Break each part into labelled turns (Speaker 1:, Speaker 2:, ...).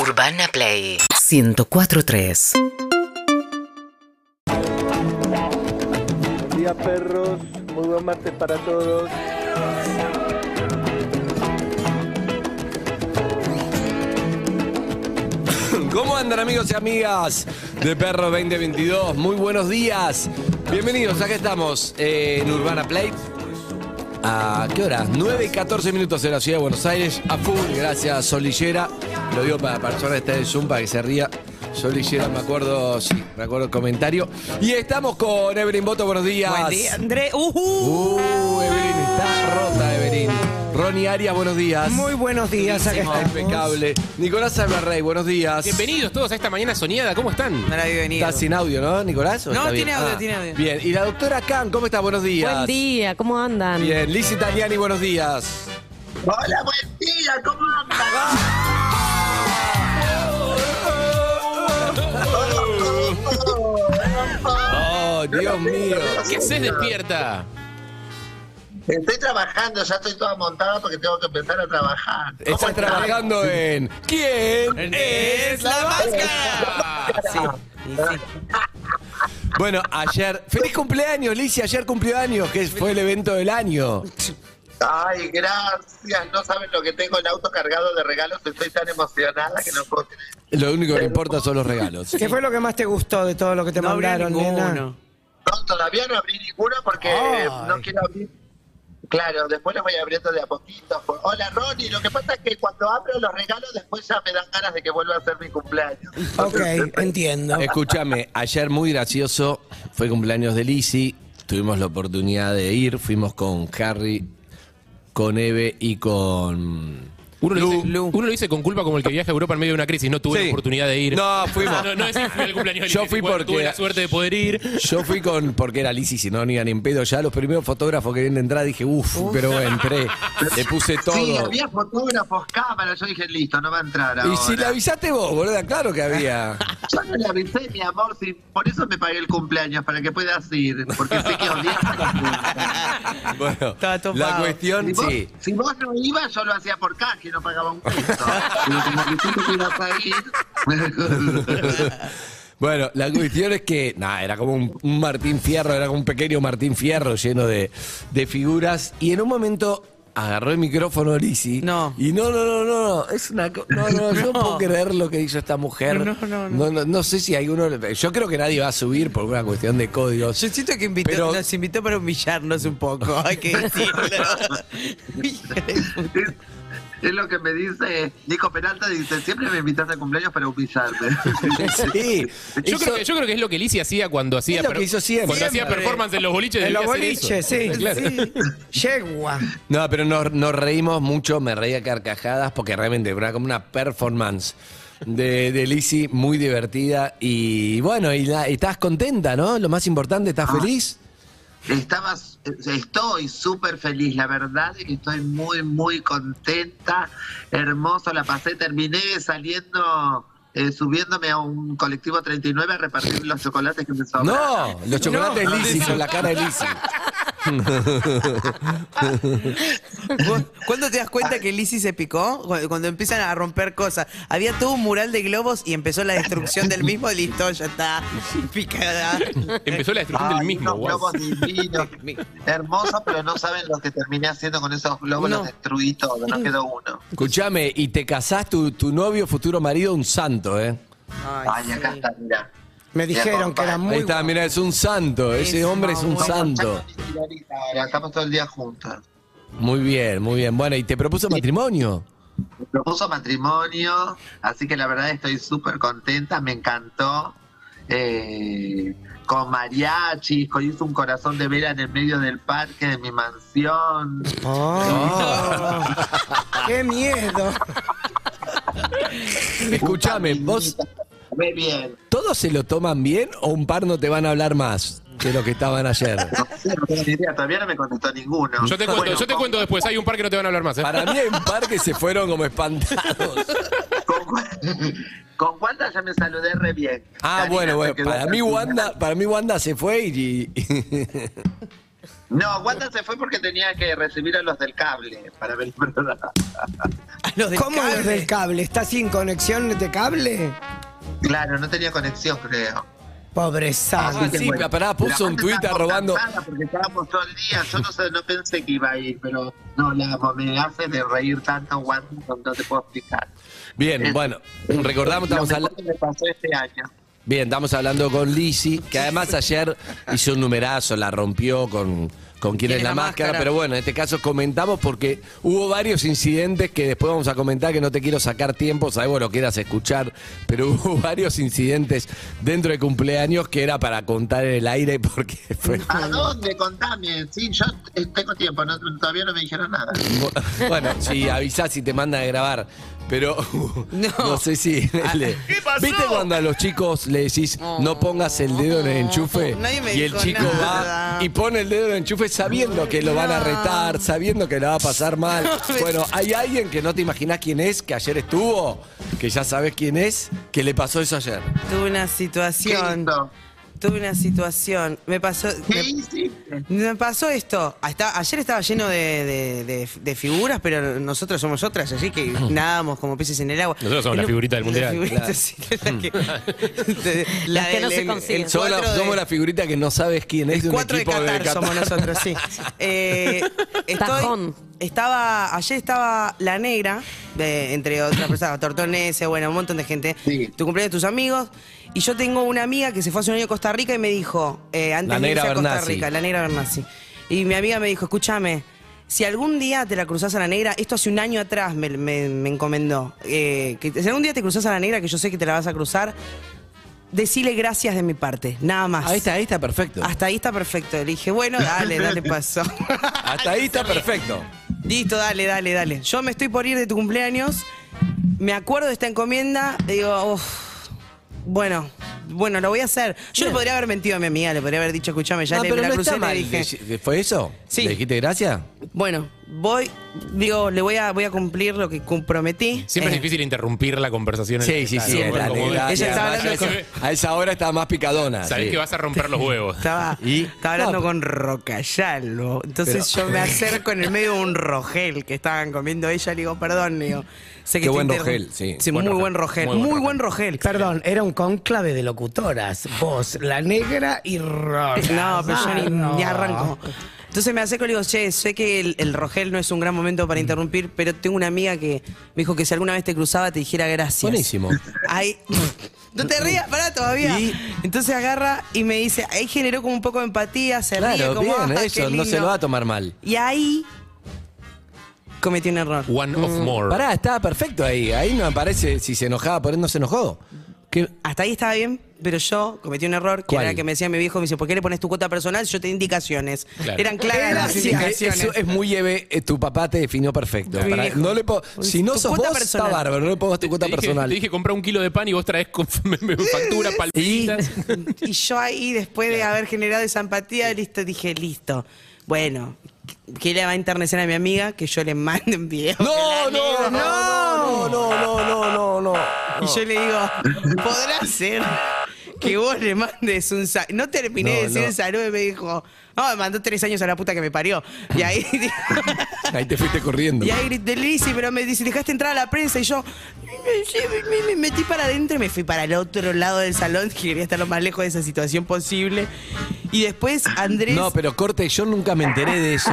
Speaker 1: Urbana Play 1043.
Speaker 2: Buen día, perros. Muy buen martes para todos.
Speaker 3: ¿Cómo andan amigos y amigas de Perro 2022? Muy buenos días. Bienvenidos, acá estamos eh, en Urbana Play. ¿A qué hora? 9 y 14 minutos en la ciudad de Buenos Aires. A full, gracias Solillera. Lo digo para la persona que está en Zoom para que se ría. Solillera, me acuerdo, sí, me acuerdo el comentario. Y estamos con Evelyn Boto, buenos días.
Speaker 4: Buen día, André. Ujú.
Speaker 3: Uh, Evelyn, está rota Evelyn. Ronnie Arias, buenos días.
Speaker 4: Muy buenos días, acá
Speaker 3: Ah,
Speaker 4: estamos.
Speaker 3: Impecable. Nicolás Alvarrey, buenos días.
Speaker 5: Bienvenidos todos a esta mañana soñada, ¿cómo están?
Speaker 4: No la había venido.
Speaker 3: Está sin audio, ¿no, Nicolás? ¿O
Speaker 4: No,
Speaker 3: está bien? Ah.
Speaker 4: tiene audio, tiene audio.
Speaker 3: Bien, y la doctora Khan, ¿cómo está? Buenos días.
Speaker 6: Buen día, ¿cómo andan?
Speaker 3: Bien, Liz Italiani, buenos días.
Speaker 7: Hola, buen día, ¿cómo andan?
Speaker 3: Oh, Dios mío.
Speaker 5: ¿Qué haces despierta?
Speaker 7: Estoy trabajando, ya estoy toda montada porque tengo que empezar a trabajar. ¿Cómo
Speaker 3: Estás
Speaker 7: están?
Speaker 3: trabajando en ¿Quién es la máscara?
Speaker 4: Y sí.
Speaker 3: Bueno, ayer, feliz cumpleaños, Liz, ayer cumplió años, que fue el evento del año.
Speaker 7: Ay, gracias. No saben lo que tengo el auto cargado de regalos. Estoy tan emocionada que no puedo creer.
Speaker 3: Lo único que le importa son los regalos.
Speaker 8: ¿Qué fue lo que más te gustó de todo lo que te
Speaker 4: No abrí
Speaker 8: mandaron, nena?
Speaker 4: ninguno.
Speaker 7: No, todavía no abrí ninguno porque eh, no quiero abrir. Claro, después los voy abriendo de a poquito. Hola, Ronnie. Lo que pasa es que cuando abro los regalos, después ya me dan ganas de que vuelva a ser mi cumpleaños.
Speaker 8: Ok, entiendo.
Speaker 3: Escúchame, ayer muy gracioso, fue cumpleaños de Lizzy, tuvimos la oportunidad de ir, fuimos con Harry, con Eve y con...
Speaker 5: Uno lo,
Speaker 3: Lu.
Speaker 5: dice, uno lo dice con culpa como el que viaja a Europa en medio de una crisis, no tuve
Speaker 3: Sí.
Speaker 5: la oportunidad de ir. Ah,
Speaker 3: No, fuimos.
Speaker 5: No, no es que fui al cumpleaños de
Speaker 3: Yo
Speaker 5: Lizzy,
Speaker 3: fui
Speaker 5: bueno,
Speaker 3: porque-
Speaker 5: Tuve la suerte de poder ir.
Speaker 3: Yo fui con, porque era Lizzy, si no, ni iban en pedo. Ya los primeros fotógrafos que vienen de entrar dije, uff, pero entré, le puse todo.
Speaker 7: Sí, había fotógrafos, cámaras. Yo dije, listo, no va a entrar ahora.
Speaker 3: y si la avisaste vos, boluda, claro que había.
Speaker 7: Yo no le avisé, mi amor, si por eso me pagué el cumpleaños, para que puedas ir, porque sé que odias.
Speaker 3: Bueno,
Speaker 4: Estaba todo
Speaker 3: la
Speaker 4: pago.
Speaker 7: Si
Speaker 3: cuestión,
Speaker 7: vos,
Speaker 3: sí.
Speaker 7: si vos no ibas, yo lo hacía por caje, no pagaba un peso. Y como que tú te ibas a ir.
Speaker 3: Bueno, la cuestión es que, nada, era como un, un Martín Fierro, era como un pequeño Martín Fierro lleno de, de figuras. Y en un momento agarró el micrófono Lizzy.
Speaker 4: No.
Speaker 3: Y no, no, no, no, no, es una. co- No, no, yo no puedo creer lo que hizo esta mujer.
Speaker 4: No, no, no, no.
Speaker 3: no sé si alguno. Yo creo que nadie va a subir por una cuestión de códigos.
Speaker 4: Yo siento que invitó-
Speaker 3: Pero-
Speaker 4: nos invitó para humillarnos un poco, hay que decirlo.
Speaker 7: Es- Es lo que me dice Nico Peralta, dice, siempre me invitas a cumpleaños para humillarme.
Speaker 3: Sí,
Speaker 5: Yo,
Speaker 3: hizo-
Speaker 5: creo que, yo creo que es lo que Lizzie hacía cuando hacía,
Speaker 3: lo que
Speaker 5: per-
Speaker 3: hizo siempre.
Speaker 5: cuando hacía
Speaker 3: Siempre.
Speaker 5: performance en los boliches.
Speaker 8: En los
Speaker 5: debía hacer eso.
Speaker 8: boliches, sí.
Speaker 5: Claro.
Speaker 8: sí. Yegua.
Speaker 3: No, pero nos, nos reímos mucho, me reía a carcajadas porque realmente era como una performance de, de Lizzy muy divertida. Y bueno, y la- y estás contenta, ¿no? Lo más importante, ¿estás feliz?
Speaker 7: Estabas, estoy súper feliz, la verdad es que estoy muy, muy contenta, hermoso la pasé, terminé saliendo, eh, subiéndome a un colectivo 39 a repartir los chocolates que me sobraron.
Speaker 3: No, los chocolates Lizzy son la cara de Lizzy.
Speaker 4: ¿Vos- ¿Cuándo te das cuenta que Lizzie se picó? Cu- Cuando empiezan a romper cosas. Había todo un mural de globos y empezó la destrucción del mismo, listo, ya está picada.
Speaker 5: Empezó la destrucción
Speaker 7: Ay,
Speaker 5: del mismo,
Speaker 7: unos
Speaker 5: guau.
Speaker 7: globos divinos, hermosos, pero no saben lo que terminé haciendo con esos globos,
Speaker 4: No.
Speaker 7: los destruí todo,
Speaker 5: Mm.
Speaker 7: no quedó uno.
Speaker 3: Escuchame, y te casás tu, tu novio, futuro marido, un santo, ¿eh?
Speaker 7: Ay, acá está, mira.
Speaker 8: Me dijeron que era
Speaker 3: Ahí
Speaker 8: muy...
Speaker 3: está, mira, es un santo, ese
Speaker 4: Es
Speaker 3: hombre es un
Speaker 4: mamá.
Speaker 3: santo.
Speaker 7: Ahora estamos todo el día juntos.
Speaker 3: Muy bien, muy bien. Bueno, ¿y te propuso matrimonio?
Speaker 7: Me propuso matrimonio, así que la verdad estoy súper contenta, me encantó. Eh, con mariachis, con hizo un corazón de vela en el medio del parque de mi mansión.
Speaker 3: Ah,
Speaker 7: Eh,
Speaker 8: Oh, ¡Qué miedo!
Speaker 3: Escuchame, vos...
Speaker 7: Muy bien.
Speaker 3: ¿Todos se lo toman bien o un par no te van a hablar más que lo que estaban ayer?
Speaker 7: No sé, no tengo ni idea, todavía no me contestó ninguno.
Speaker 5: Yo te cuento,
Speaker 7: Bueno,
Speaker 5: yo te
Speaker 7: con-
Speaker 5: cuento después, hay un par que no te van a hablar más. ¿eh?
Speaker 3: Para mí en parque se fueron como espantados.
Speaker 7: Con, con Wanda ya me saludé re bien.
Speaker 3: Ah,
Speaker 7: Karina
Speaker 3: bueno,
Speaker 7: se
Speaker 3: bueno,
Speaker 7: quedó
Speaker 3: para mí
Speaker 7: tranquila.
Speaker 3: Wanda, para mí Wanda se fue y, y-
Speaker 7: No, Wanda se fue porque tenía que recibir a los del cable para ver el programa.
Speaker 4: A los del
Speaker 8: ¿Cómo
Speaker 4: cable.
Speaker 8: los del cable? ¿Está sin conexión de cable?
Speaker 7: Claro, no tenía conexión, creo.
Speaker 3: Ah,
Speaker 8: Pobreza.
Speaker 3: sí,
Speaker 7: bueno.
Speaker 3: pará, puso un
Speaker 7: La Wanda
Speaker 3: tuit
Speaker 7: estaba
Speaker 3: robando.
Speaker 7: cansada Porque estábamos todo el día. Yo no, sé, no pensé que iba a ir, pero no, la amo. Me hace de reír tanto, Wanda, no, no te puedo explicar.
Speaker 3: Bien, bueno, recordamos,
Speaker 7: Eh, Lo
Speaker 3: estamos
Speaker 7: mejor
Speaker 3: hablando.
Speaker 7: que me pasó este año.
Speaker 3: Bien, estamos hablando con Lizzy, que además ayer hizo un numerazo, la rompió con, con quién es la máscara, pero bueno, en este caso comentamos porque hubo varios incidentes que después vamos a comentar, que no te quiero sacar tiempo, sabemos lo quieras escuchar, pero hubo varios incidentes dentro de cumpleaños que era para contar en el aire porque fue...
Speaker 7: ¿A dónde? Contame. Sí, yo eh, tengo tiempo. no- todavía no me dijeron nada.
Speaker 3: Bueno, si avisás si te mandan a grabar. Pero no, sé si. le- ¿Viste cuando a los chicos le decís no pongas el dedo en el enchufe?
Speaker 4: Nadie me
Speaker 3: y el
Speaker 4: dijo
Speaker 3: chico
Speaker 4: nada.
Speaker 3: va y pone el dedo en el enchufe sabiendo que lo van a retar, sabiendo que la va a pasar mal. Bueno, hay alguien que no te imaginás quién es, que ayer estuvo, que ya sabes quién es, que le pasó eso ayer.
Speaker 4: Tuve una
Speaker 7: ¿Qué
Speaker 4: situación.
Speaker 7: hizo?
Speaker 4: Tuve una situación. Me pasó.
Speaker 7: ¿Qué
Speaker 4: me-
Speaker 7: hiciste?
Speaker 4: Me pasó esto. Ah, está- ayer estaba lleno de, de- de- de figuras, pero nosotros somos otras, así que nadábamos como peces en el agua.
Speaker 5: Ah. Nosotros somos
Speaker 4: En
Speaker 5: la
Speaker 4: un-
Speaker 5: figurita del
Speaker 4: la
Speaker 5: mundial. Mm.
Speaker 4: figurita,
Speaker 3: Claro.
Speaker 4: sí, la que- de- la
Speaker 6: Las que no
Speaker 4: del-
Speaker 6: se
Speaker 4: el-
Speaker 6: consiguen.
Speaker 4: el
Speaker 3: Somos la,
Speaker 4: cuatro de-
Speaker 3: somos la figurita que no sabes quién es de
Speaker 4: el
Speaker 3: un
Speaker 4: 4 de
Speaker 3: equipo
Speaker 4: Qatar,
Speaker 3: de Qatar.
Speaker 4: somos nosotros, sí. Eh,
Speaker 6: Tajón.
Speaker 4: Estaba, ayer estaba La Negra, de- entre otras personas, Tortonese, bueno, un montón de gente.
Speaker 7: Sí.
Speaker 4: Tu cumpleaños de tus amigos. Y yo tengo una amiga que se fue hace un año a Costa Rica y me dijo, eh, antes
Speaker 3: La
Speaker 4: de irse
Speaker 3: Negra
Speaker 4: a Costa
Speaker 3: Bernassi.
Speaker 4: Rica, La Negra Bernassi. Y mi amiga me dijo, escúchame, si algún día te la cruzás a la negra, esto hace un año atrás me, me- me encomendó, eh, que si algún día te cruzás a la negra, que yo sé que te la vas a cruzar, decile gracias de mi parte, nada más.
Speaker 3: Ahí está, ahí está perfecto.
Speaker 4: Hasta ahí está perfecto. Le dije, bueno, dale, dale, paso.
Speaker 3: Hasta ahí está perfecto.
Speaker 4: Listo, dale, dale, dale. Yo me estoy por ir de tu cumpleaños. Me acuerdo de esta encomienda. Digo, uff. Bueno, bueno, lo voy a hacer. Yo le podría haber mentido a mi amiga, le podría haber dicho, escúchame, ya
Speaker 3: No,
Speaker 4: le
Speaker 3: Ah, pero
Speaker 4: la
Speaker 3: no
Speaker 4: crucé
Speaker 3: está
Speaker 4: y le
Speaker 3: mal.
Speaker 4: dije.
Speaker 3: Deci- ¿Fue eso?
Speaker 4: Sí.
Speaker 3: ¿Le dijiste gracias?
Speaker 4: Bueno, voy, digo, le voy a, voy a cumplir lo que comprometí.
Speaker 5: Siempre
Speaker 4: Eh,
Speaker 5: es difícil interrumpir la conversación. en la que
Speaker 3: Sí, sí,
Speaker 5: estás,
Speaker 3: sí.
Speaker 5: ¿no?
Speaker 3: dale,
Speaker 5: Como-
Speaker 3: gracias.
Speaker 4: Ella estaba hablando
Speaker 3: Además,
Speaker 4: con-
Speaker 3: ya se- A esa hora estaba más picadona.
Speaker 5: Sabés
Speaker 3: sí.
Speaker 5: que vas a romper los huevos.
Speaker 4: Estaba,
Speaker 3: Y-
Speaker 4: estaba hablando
Speaker 3: No,
Speaker 4: con Rocayalvo. Entonces
Speaker 3: Pero-
Speaker 4: yo me acerco en el medio de un rogel que estaban comiendo ella. Le digo, perdón, le digo. Sé que
Speaker 3: Qué
Speaker 4: te
Speaker 3: buen
Speaker 4: interrum-
Speaker 3: rogel, sí.
Speaker 4: muy
Speaker 5: Buen rogel,
Speaker 4: buen rogel. Muy, buen rogel.
Speaker 8: Perdón, era un cónclave de locutoras. Vos, la negra y Rosa.
Speaker 4: No, pero yo ni,
Speaker 8: no.
Speaker 4: ni arranco. Entonces me acerco y le digo, che, sé que el, el rogel no es un gran momento
Speaker 3: Mm.
Speaker 4: para interrumpir, pero tengo una amiga que me dijo que si alguna vez te cruzaba te dijera gracias.
Speaker 3: Buenísimo.
Speaker 4: Ahí. No te rías, pará todavía.
Speaker 3: Y-
Speaker 4: Entonces agarra y me dice, ahí generó como un poco de empatía, se ríe
Speaker 3: Claro,
Speaker 4: como,
Speaker 3: bien,
Speaker 4: "Ah, qué
Speaker 3: eso. No se
Speaker 4: lindo".
Speaker 3: lo va a tomar mal.
Speaker 4: Y ahí cometí un error.
Speaker 5: One of more.
Speaker 3: Mm, Pará, estaba perfecto ahí. Ahí no aparece si se enojaba por él, no se enojó. ¿Qué?
Speaker 4: Hasta ahí estaba bien, pero yo cometí un error que
Speaker 3: ¿Cuál?
Speaker 4: era que me decía mi viejo, me dice, ¿por qué le pones tu cuota personal si yo te di indicaciones?
Speaker 5: Claro.
Speaker 4: Eran claras las
Speaker 3: Sí, que
Speaker 4: indicaciones.
Speaker 3: eso es muy leve. eh, Tu papá te definió perfecto.
Speaker 4: Mi
Speaker 3: Pará,
Speaker 4: viejo.
Speaker 3: no le po- si no
Speaker 4: Tu
Speaker 3: sos
Speaker 4: cuota
Speaker 3: vos,
Speaker 4: personal.
Speaker 3: está bárbaro. No le pongas tu cuota
Speaker 5: te dije,
Speaker 3: personal.
Speaker 5: Te dije, compra un kilo de pan y vos traes con me- me- factura, palpitas.
Speaker 4: Y yo ahí, después de haber generado esa empatía, listo, dije, listo. Bueno, ¿qué le va a enternecer a mi amiga? Que yo le mande un video.
Speaker 3: No, no, no, no, no, no, no, no, no.
Speaker 4: Y yo le digo, ¿podrá ser que vos le mandes un saludo? No terminé de
Speaker 3: No,
Speaker 4: decir
Speaker 3: no.
Speaker 4: el saludo y me dijo, no, me mandó tres años a la puta que me parió. Y ahí,
Speaker 3: Ahí te fuiste corriendo.
Speaker 4: y ahí grité, Lizzy, pero me dice, dejaste entrar a la prensa. Y yo, sí, me, me- me metí para adentro y me fui para el otro lado del salón, que quería estar lo más lejos de esa situación posible. Y después Andrés...
Speaker 3: No, pero corte, yo nunca me enteré de eso.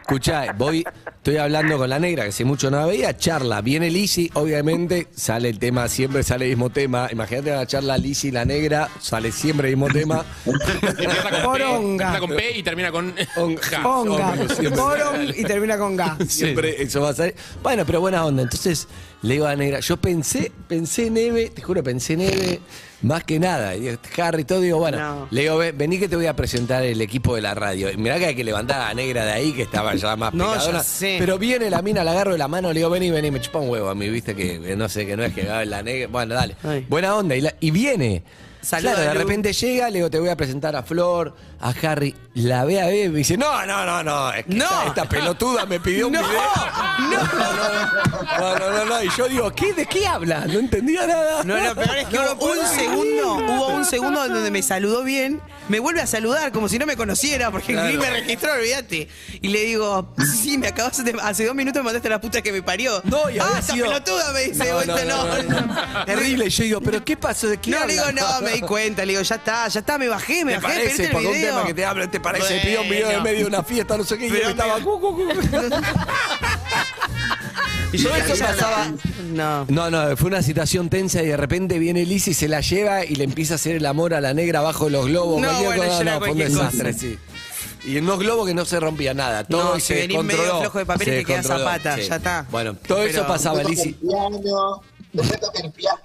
Speaker 3: Escuchá, voy, estoy hablando con la negra, que hace mucho no la veía, charla. Viene Lisi, obviamente, sale el tema, siempre sale el mismo tema. Imagínate la charla Lisi y la negra, sale siempre el mismo tema.
Speaker 5: Empieza con P,
Speaker 8: Poronga.
Speaker 5: empieza con P y termina con
Speaker 3: On-
Speaker 5: Ja.
Speaker 8: Onga,
Speaker 3: Onga, siempre.
Speaker 8: Borong y termina con Ga.
Speaker 3: Siempre eso va a salir. Bueno, pero buena onda. Entonces le digo a la negra, yo pensé, pensé neve, te juro, pensé neve más que nada. Y Harry, todo, digo, bueno,
Speaker 4: No.
Speaker 3: le digo, "Ve- vení que te voy a presentar el equipo de la radio. Y mirá que hay que levantar a la negra de ahí, que estaba ya más
Speaker 4: No, ya
Speaker 3: picadona.
Speaker 4: sé.
Speaker 3: Pero viene la mina, la agarro de la mano, le digo, vení, vení, me chupa un huevo a mí, viste que que no sé, que no es que va la negra. Bueno, dale.
Speaker 4: Ay.
Speaker 3: Buena onda. Y, la- y viene.
Speaker 4: Saluda,
Speaker 3: claro, de
Speaker 4: Lu.
Speaker 3: repente llega, le digo, te voy a presentar a Flor, a Harry, la ve a ver y me dice, no, no, no, no, es que
Speaker 4: No.
Speaker 3: Esta, esta pelotuda me pidió un
Speaker 4: No,
Speaker 3: video. No, no, no, no, no, no, y yo digo, ¿qué, ¿de qué habla? No entendía nada.
Speaker 4: No, lo peor es que hubo un segundo, hubo un segundo donde me saludó bien, me vuelve a saludar como si no me conociera, porque
Speaker 3: Claro.
Speaker 4: ni me registró, olvídate. Y le digo, sí, sí, me acabas de, hace dos minutos me mandaste a la puta que me parió.
Speaker 3: No, y
Speaker 4: ah,
Speaker 3: había
Speaker 4: esa
Speaker 3: sido-
Speaker 4: pelotuda me dice,
Speaker 3: No,
Speaker 4: "Vos,
Speaker 3: no,
Speaker 4: esto no,
Speaker 3: no, no, no. Terrible. Y yo digo, ¿pero qué pasó? ¿De qué
Speaker 4: No, le
Speaker 3: habla?
Speaker 4: digo, no, me di cuenta, le digo, ya está, ya está, me bajé, me
Speaker 3: ¿Te
Speaker 4: bajé,
Speaker 3: parece?
Speaker 4: perdiste el
Speaker 3: Porque un
Speaker 4: video.
Speaker 3: tema que te habla, ¿te parece? Pidió un video
Speaker 4: Bueno.
Speaker 3: en medio de una fiesta, no sé qué, y yo
Speaker 4: Pero
Speaker 3: me estaba...
Speaker 4: mira.
Speaker 3: cu, cu, cu.
Speaker 4: Y
Speaker 7: Y
Speaker 4: yo
Speaker 7: la
Speaker 4: eso
Speaker 7: vida la
Speaker 4: pasaba. No.
Speaker 3: No, no, fue una situación tensa y de repente viene Liz y se la lleva y le empieza a hacer el amor a la negra bajo los globos.
Speaker 4: No,
Speaker 3: cualquier
Speaker 4: bueno,
Speaker 3: cosa,
Speaker 4: yo era
Speaker 3: no, fue un
Speaker 4: cualquier cosa.
Speaker 3: desastre, sí. Y en unos globos que no se rompía nada, todo
Speaker 4: No,
Speaker 3: y
Speaker 4: si
Speaker 3: se
Speaker 4: venís medio
Speaker 3: controló.
Speaker 4: flojo de papel
Speaker 3: se
Speaker 4: te queda
Speaker 3: controló,
Speaker 4: zapata, ya está.
Speaker 3: Bueno, todo eso
Speaker 4: Pero-
Speaker 3: pasaba, Liz. y-
Speaker 7: el piano, después toca el piano.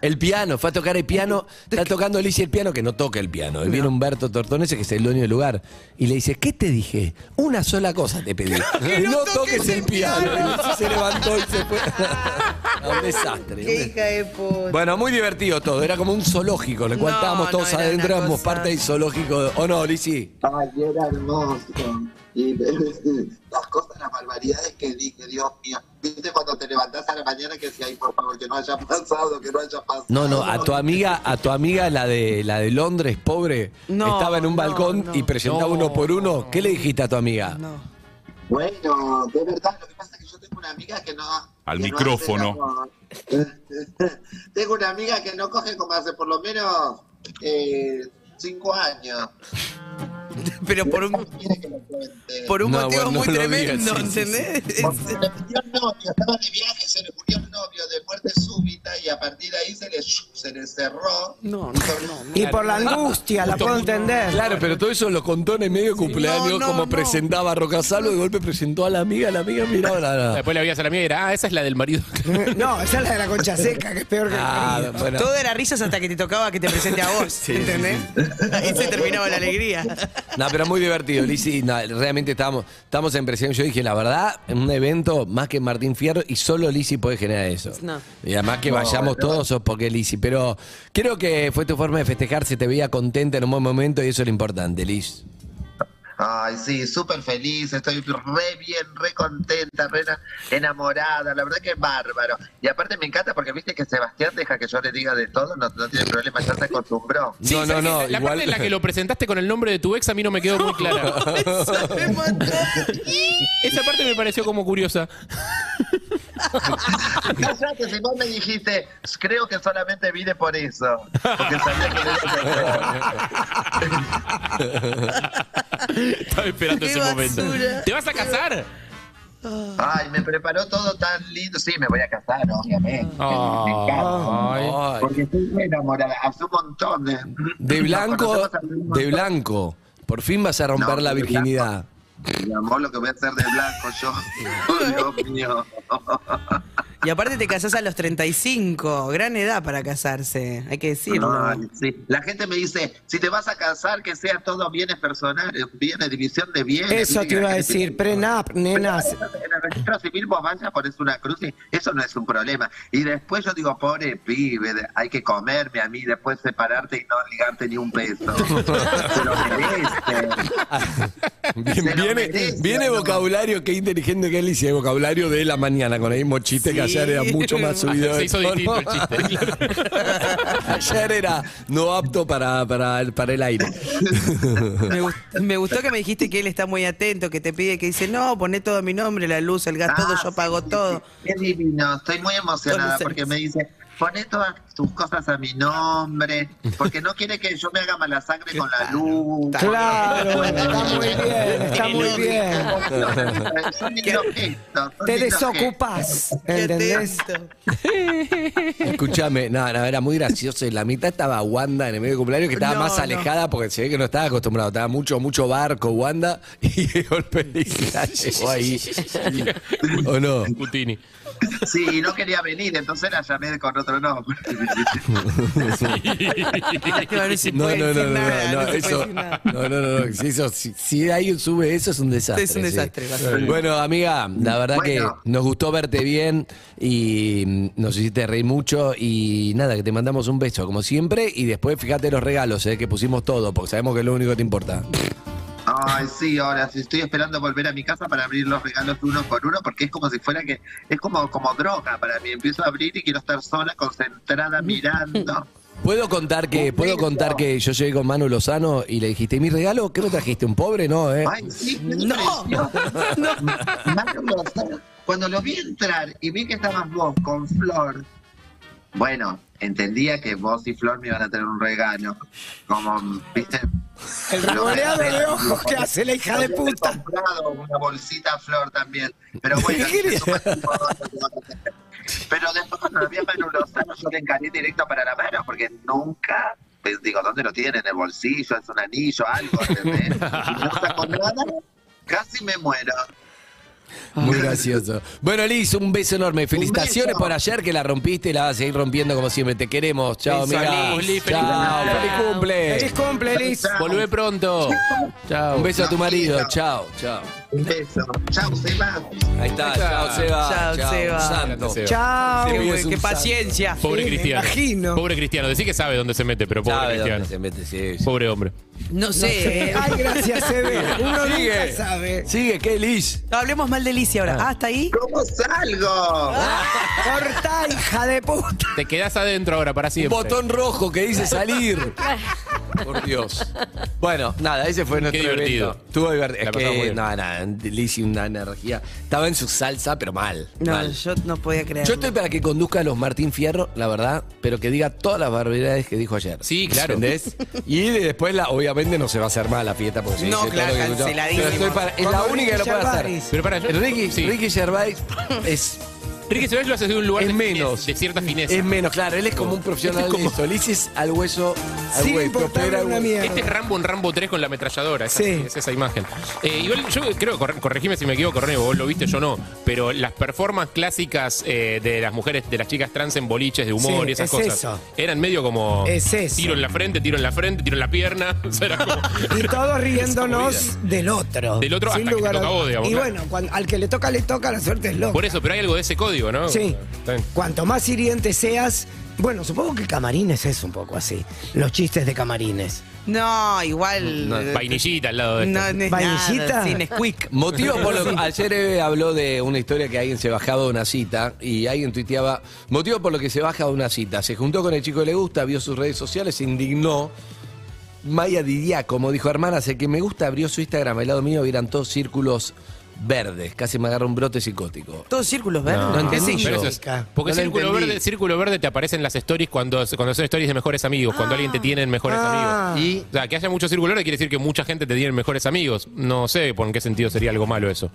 Speaker 3: El piano, fue a tocar el piano, está tocando Alicia el piano, que no toca el piano. Y Viene Humberto Tortonese, que es el dueño del lugar, y le dice, ¿qué te dije? Una sola cosa te pedí. no, toques el piano. Y se levantó y se fue. un desastre.
Speaker 4: Qué hija de puta.
Speaker 3: Bueno, muy divertido todo, era como un zoológico, en el cual
Speaker 4: No,
Speaker 3: estábamos todos
Speaker 4: no, era
Speaker 3: adentro,
Speaker 4: una
Speaker 3: éramos
Speaker 4: cosa-
Speaker 3: parte del zoológico. ¿O no, Lisi?
Speaker 7: Ay, era hermoso. Y las cosas, las barbaridades que dije, Dios mío. Viste cuando te levantás a la mañana que decía, ay, por favor, que no haya pasado, que no haya pasado.
Speaker 3: No, no, a tu amiga, a tu amiga la de la de Londres, pobre,
Speaker 4: No,
Speaker 3: estaba en un
Speaker 4: no,
Speaker 3: balcón
Speaker 4: no.
Speaker 3: y presentaba uno por uno. ¿Qué le dijiste a tu amiga?
Speaker 4: No.
Speaker 7: Bueno, de verdad, lo que pasa es que yo tengo una amiga que no.
Speaker 5: Al
Speaker 7: que no
Speaker 5: micrófono.
Speaker 7: hace la- tengo una amiga que no coge como hace por lo menos eh, cinco años.
Speaker 4: Pero por un,
Speaker 7: Quiere que lo cuente.
Speaker 4: por un
Speaker 3: No,
Speaker 4: motivo
Speaker 3: bueno,
Speaker 4: muy
Speaker 3: no lo
Speaker 4: tremendo,
Speaker 3: digas, sí, sí, sí.
Speaker 4: ¿entendés?
Speaker 7: Porque se le murió el novio, estaba de viaje, se le murió el novio de muerte súbita y a partir de ahí se le, se le cerró.
Speaker 4: No, no, no.
Speaker 8: Y por la angustia, la puedo entender.
Speaker 3: Claro, pero todo eso lo contó en el medio de cumpleaños,
Speaker 4: No, no,
Speaker 3: como
Speaker 4: no.
Speaker 3: presentaba Rocasalo, de golpe presentó a la amiga, la amiga miraba la. la-
Speaker 5: Después la veías a la mía y era, ah, esa es la del marido.
Speaker 8: No, esa es la de la concha seca, que es peor que
Speaker 3: Ah,
Speaker 8: el marido.
Speaker 3: bueno.
Speaker 4: Todo era risas hasta que te tocaba que te presente a vos, ¿entendés? Ahí se terminaba la alegría.
Speaker 3: No, pero muy divertido, Lisi. No, realmente estábamos, estamos en presión. Yo dije, la verdad, en un evento más que Martín Fierro y solo Lisi puede generar eso.
Speaker 4: No.
Speaker 3: Y además que vayamos todos, sos porque Lisi. Pero creo que fue tu forma de festejar, se te veía contenta en un buen momento y eso es lo importante, Lis.
Speaker 7: Ay, sí, súper feliz, estoy re bien, re contenta, re na- enamorada, la verdad que es bárbaro. Y aparte me encanta porque viste que Sebastián deja que yo le diga de todo, no, no tiene problema, ya se acostumbró.
Speaker 5: Sí,
Speaker 3: no, no,
Speaker 5: ¿sabes
Speaker 3: no.
Speaker 5: qué? La
Speaker 3: igual-
Speaker 5: parte en la que lo presentaste con el nombre de tu ex a mí no me quedó muy clara.
Speaker 4: Eso me mató.
Speaker 5: Esa parte me pareció como curiosa.
Speaker 7: Cállate, si vos me dijiste, creo que solamente vine por eso, porque sabía que era
Speaker 5: Estaba esperando
Speaker 4: Qué
Speaker 5: ese momento.
Speaker 4: basura.
Speaker 5: ¿Te vas a casar?
Speaker 7: Ay, me preparó todo tan lindo. Sí, me voy a casar, obviamente.
Speaker 5: Ah.
Speaker 7: me encanta.
Speaker 5: Ay.
Speaker 3: Ay,
Speaker 7: Porque estoy re enamorada, hace un montón de...
Speaker 3: de
Speaker 7: Nos
Speaker 3: blanco,
Speaker 7: conocemos hace un
Speaker 3: de
Speaker 7: montón.
Speaker 3: blanco. Por fin vas a romper
Speaker 7: No,
Speaker 3: la
Speaker 7: de blanco.
Speaker 3: virginidad.
Speaker 7: Mi amor, lo que voy a hacer de blanco yo. Dios mío.
Speaker 4: Y aparte te casás a los 35, gran edad para casarse, hay que decirlo.
Speaker 7: Ay, sí. La gente me dice, si te vas a casar, que sea todo bienes personales, bienes, división de bienes.
Speaker 8: Eso
Speaker 7: Viste
Speaker 8: te
Speaker 7: que la
Speaker 8: iba a
Speaker 7: gente
Speaker 8: decir,
Speaker 7: piensa,
Speaker 8: prenup, nenas.
Speaker 7: En el registro civil vos vayas, pones una cruz y eso no es un problema. Y después yo digo, pobre pibe, de- hay que comerme a mí, después separarte y no ligarte ni un peso. Se lo merece.
Speaker 3: Bien,
Speaker 7: Se lo
Speaker 3: viene
Speaker 7: merece,
Speaker 3: viene
Speaker 7: ¿no?
Speaker 3: vocabulario, qué inteligente que es Lizy, el vocabulario de la mañana, con el mismo chiste que
Speaker 4: Sí.
Speaker 3: ayer era mucho más subido.
Speaker 5: Se
Speaker 3: de
Speaker 5: hizo
Speaker 3: tono.
Speaker 5: distinto el chiste.
Speaker 3: ayer era no apto para, para, el- para el aire.
Speaker 4: Me, gust- me gustó que me dijiste que él está muy atento, que te pide, que dice, no, poné todo mi nombre, la luz, el gas, todo,
Speaker 7: Ah,
Speaker 4: yo pago
Speaker 7: sí, sí,
Speaker 4: todo.
Speaker 7: sí. Es divino, estoy muy emocionada
Speaker 4: Todo
Speaker 7: porque
Speaker 4: servicio.
Speaker 7: me dice, poné todas tus cosas a mi nombre, porque no quiere que yo me haga mala sangre con la luz.
Speaker 8: Claro, está muy bien, está muy bien.
Speaker 7: Son lindos gestos, son
Speaker 8: Te
Speaker 7: lindos
Speaker 8: desocupás,
Speaker 4: Qué
Speaker 8: ¿entendés?
Speaker 4: atento.
Speaker 3: Escúchame, no, no, era muy gracioso. En la mitad estaba Wanda en el medio de cumpleaños, que estaba
Speaker 4: No,
Speaker 3: más
Speaker 4: no.
Speaker 3: alejada porque se ve que no estaba acostumbrado. Estaba mucho, mucho barco, Wanda, y de golpe Lizy la llevó ahí. ¿O no?
Speaker 5: Cutini.
Speaker 7: gestos. Sí, no quería venir, entonces la llamé con otro nombre.
Speaker 3: No, no, no, no, no, no,
Speaker 4: no se puede
Speaker 3: eso,
Speaker 4: decir nada.
Speaker 3: no, no, no, no, si, eso- si- si alguien sube eso es un desastre.
Speaker 4: Es un
Speaker 3: sí.
Speaker 4: desastre, básicamente.
Speaker 3: Bueno, amiga, la verdad
Speaker 7: Bueno.
Speaker 3: que nos gustó verte bien y mm, nos hiciste reír mucho y nada, que te mandamos un beso como siempre y después fíjate los regalos, eh, que pusimos todo, porque sabemos que es lo único que te importa.
Speaker 7: Ay, sí, ahora sí, estoy esperando volver a mi casa para abrir los regalos uno por uno, porque es como si fuera que, es como, como droga para mí. Empiezo a abrir y quiero estar sola,
Speaker 4: Mm.
Speaker 7: concentrada, mirando.
Speaker 3: ¿Puedo contar que,
Speaker 7: Un
Speaker 3: puedo
Speaker 7: beso.
Speaker 3: contar que yo llegué con Manu Lozano y le dijiste, ¿y mi regalo? ¿Qué me trajiste? ¿Un pobre? No, eh.
Speaker 7: Ay, sí, qué
Speaker 4: No.
Speaker 7: precioso. Mario Lozano, Cuando lo vi entrar y vi que estabas vos con Flor, bueno, entendía que vos y Flor me iban a tener un regalo. Como, viste.
Speaker 8: El ramoneado de ojos que hace la hija de
Speaker 7: Había
Speaker 8: puta.
Speaker 7: comprado una bolsita a Flor también. Pero bueno,
Speaker 8: ¿Qué
Speaker 7: dije, supongo que lo vas a tener. pero después cuando lo vi a Manu Lozano, yo le encaré directo para la mano, porque nunca. pues, Digo, ¿dónde lo tienen? ¿En el bolsillo? ¿Es un anillo? ¿Algo? ¿entendés? Y no sacó nada, casi me muero.
Speaker 3: Muy gracioso. Bueno, Liz, un beso enorme. Felicitaciones
Speaker 7: beso.
Speaker 3: por ayer que la rompiste y la vas a seguir rompiendo como siempre. Te queremos. Chao,
Speaker 5: Beso,
Speaker 3: amiga.
Speaker 5: Liz. Liz, feliz
Speaker 3: Chao,
Speaker 5: Navidad.
Speaker 3: feliz cumple.
Speaker 8: Feliz cumple, Liz.
Speaker 5: Volvé pronto. Chao.
Speaker 3: Un beso a tu marido.
Speaker 7: Chao.
Speaker 3: Chao, chao.
Speaker 7: Un beso. Chao, Sebastián.
Speaker 3: Ahí está. Chao, Seba.
Speaker 4: Chao, Seba.
Speaker 3: Santo.
Speaker 5: Grande, Seba.
Speaker 4: Chao,
Speaker 3: Sí,
Speaker 4: güey,
Speaker 3: es un
Speaker 4: qué
Speaker 3: santo.
Speaker 4: paciencia.
Speaker 5: Pobre
Speaker 8: Sí, me
Speaker 5: Cristiano.
Speaker 8: imagino.
Speaker 5: Pobre Cristiano. Decí que sabe dónde se mete, pero pobre
Speaker 3: Sabe dónde
Speaker 5: Cristiano.
Speaker 3: se mete, sí, sí.
Speaker 5: Pobre hombre.
Speaker 4: No sé. eh.
Speaker 8: Ay, gracias, Eve. Uno nunca
Speaker 3: Sigue.
Speaker 8: sabe.
Speaker 3: Sigue, ¿qué, Liz?
Speaker 4: No, hablemos mal de Lizzie ahora. Ah, hasta ahí.
Speaker 7: ¿Cómo salgo?
Speaker 8: Cortá, hija de puta.
Speaker 5: Te quedás adentro ahora para siempre.
Speaker 3: Botón rojo que dice salir. Por Dios. Bueno, nada, ese fue nuestro
Speaker 5: divertido.
Speaker 3: evento. Estuvo divertido.
Speaker 5: La
Speaker 3: Es
Speaker 5: pasamos muy
Speaker 3: que,
Speaker 5: bien.
Speaker 3: nada, nada, Liz y una energía. Estaba en su salsa, pero mal.
Speaker 4: No,
Speaker 3: mal.
Speaker 4: yo no podía creer.
Speaker 3: Yo estoy para que conduzca a los Martín Fierro, la verdad, pero que diga todas las barbaridades que dijo ayer.
Speaker 5: Sí, claro.
Speaker 3: ¿Entendés? Y después, la, obviamente, no se va a hacer mal la fiesta porque se
Speaker 4: No,
Speaker 3: dice todo
Speaker 4: claro,
Speaker 3: lo que escuchó.
Speaker 4: canceladísimo.
Speaker 3: Pero estoy para- Es la
Speaker 8: Como
Speaker 3: única que lo
Speaker 8: Ricky
Speaker 3: puede hacer.
Speaker 8: Gervais.
Speaker 5: Pero para, yo-
Speaker 3: Ricky,
Speaker 5: sí.
Speaker 3: Ricky Gervais es,
Speaker 5: Ricky Gervais lo haces de un lugar
Speaker 3: Es
Speaker 5: de, finez,
Speaker 3: menos.
Speaker 5: de cierta fineza.
Speaker 3: es menos, claro, él es como un profesional
Speaker 5: Este es
Speaker 3: de
Speaker 5: como-
Speaker 3: esto. Liz es al hueso, al
Speaker 8: Sin
Speaker 3: hueso,
Speaker 8: importarle
Speaker 3: opera al
Speaker 8: una
Speaker 3: hueso.
Speaker 8: mierda.
Speaker 5: Este es Rambo en Rambo 3 con la ametralladora. Es,
Speaker 8: Sí.
Speaker 5: así, es esa imagen. Eh, igual yo creo, corre- corregime si me equivoco, René, vos lo viste, yo no. Pero las performances clásicas eh, de las mujeres, de las chicas trans en boliches de humor
Speaker 8: Sí,
Speaker 5: y esas
Speaker 8: es
Speaker 5: cosas.
Speaker 8: eso.
Speaker 5: Eran medio como.
Speaker 8: Es eso.
Speaker 5: Tiro en la frente, tiro en la frente, tiro en la pierna. O sea, era como-
Speaker 8: Y todos riéndonos del otro.
Speaker 5: Del otro hasta que te toca
Speaker 8: a-
Speaker 5: a vos, digamos,
Speaker 8: Y
Speaker 5: claro.
Speaker 8: bueno, cuando- al que le toca, le toca, la suerte es loca.
Speaker 5: Por eso, pero hay algo de ese código, ¿no?
Speaker 8: Sí.
Speaker 5: Está bien.
Speaker 8: Cuanto más hiriente seas, bueno, supongo que camarines es un poco así. Los chistes de camarines.
Speaker 4: No, igual. eh,
Speaker 5: Vainillita al lado de este. esto.
Speaker 4: No, no es
Speaker 8: ¿Vainillita?
Speaker 4: nada, sin squeak.
Speaker 3: Motivo por lo ayer Eve habló de una historia que alguien se bajaba de una cita y alguien tuiteaba, motivo por lo que se baja de una cita, se juntó con el chico que le gusta, vio sus redes sociales, se indignó. Maya Didiá, como dijo hermanas, el que me gusta abrió su Instagram, al lado mío eran todos círculos verdes, casi me agarra un brote psicótico.
Speaker 4: Todos círculos verdes.
Speaker 3: No
Speaker 4: ¿Qué
Speaker 3: entendí.
Speaker 4: sé yo?
Speaker 5: Pero eso es-
Speaker 8: Chica,
Speaker 5: porque
Speaker 3: no lo
Speaker 5: círculo,
Speaker 3: entendí.
Speaker 5: verde, círculo verde te aparecen las stories cuando, cuando son stories de mejores amigos, cuando alguien te tiene en mejores
Speaker 8: Ah.
Speaker 5: amigos.
Speaker 3: Y-
Speaker 5: o sea, que haya mucho círculo verde quiere decir que mucha gente te tiene en mejores amigos. No sé por en qué sentido sería algo malo eso.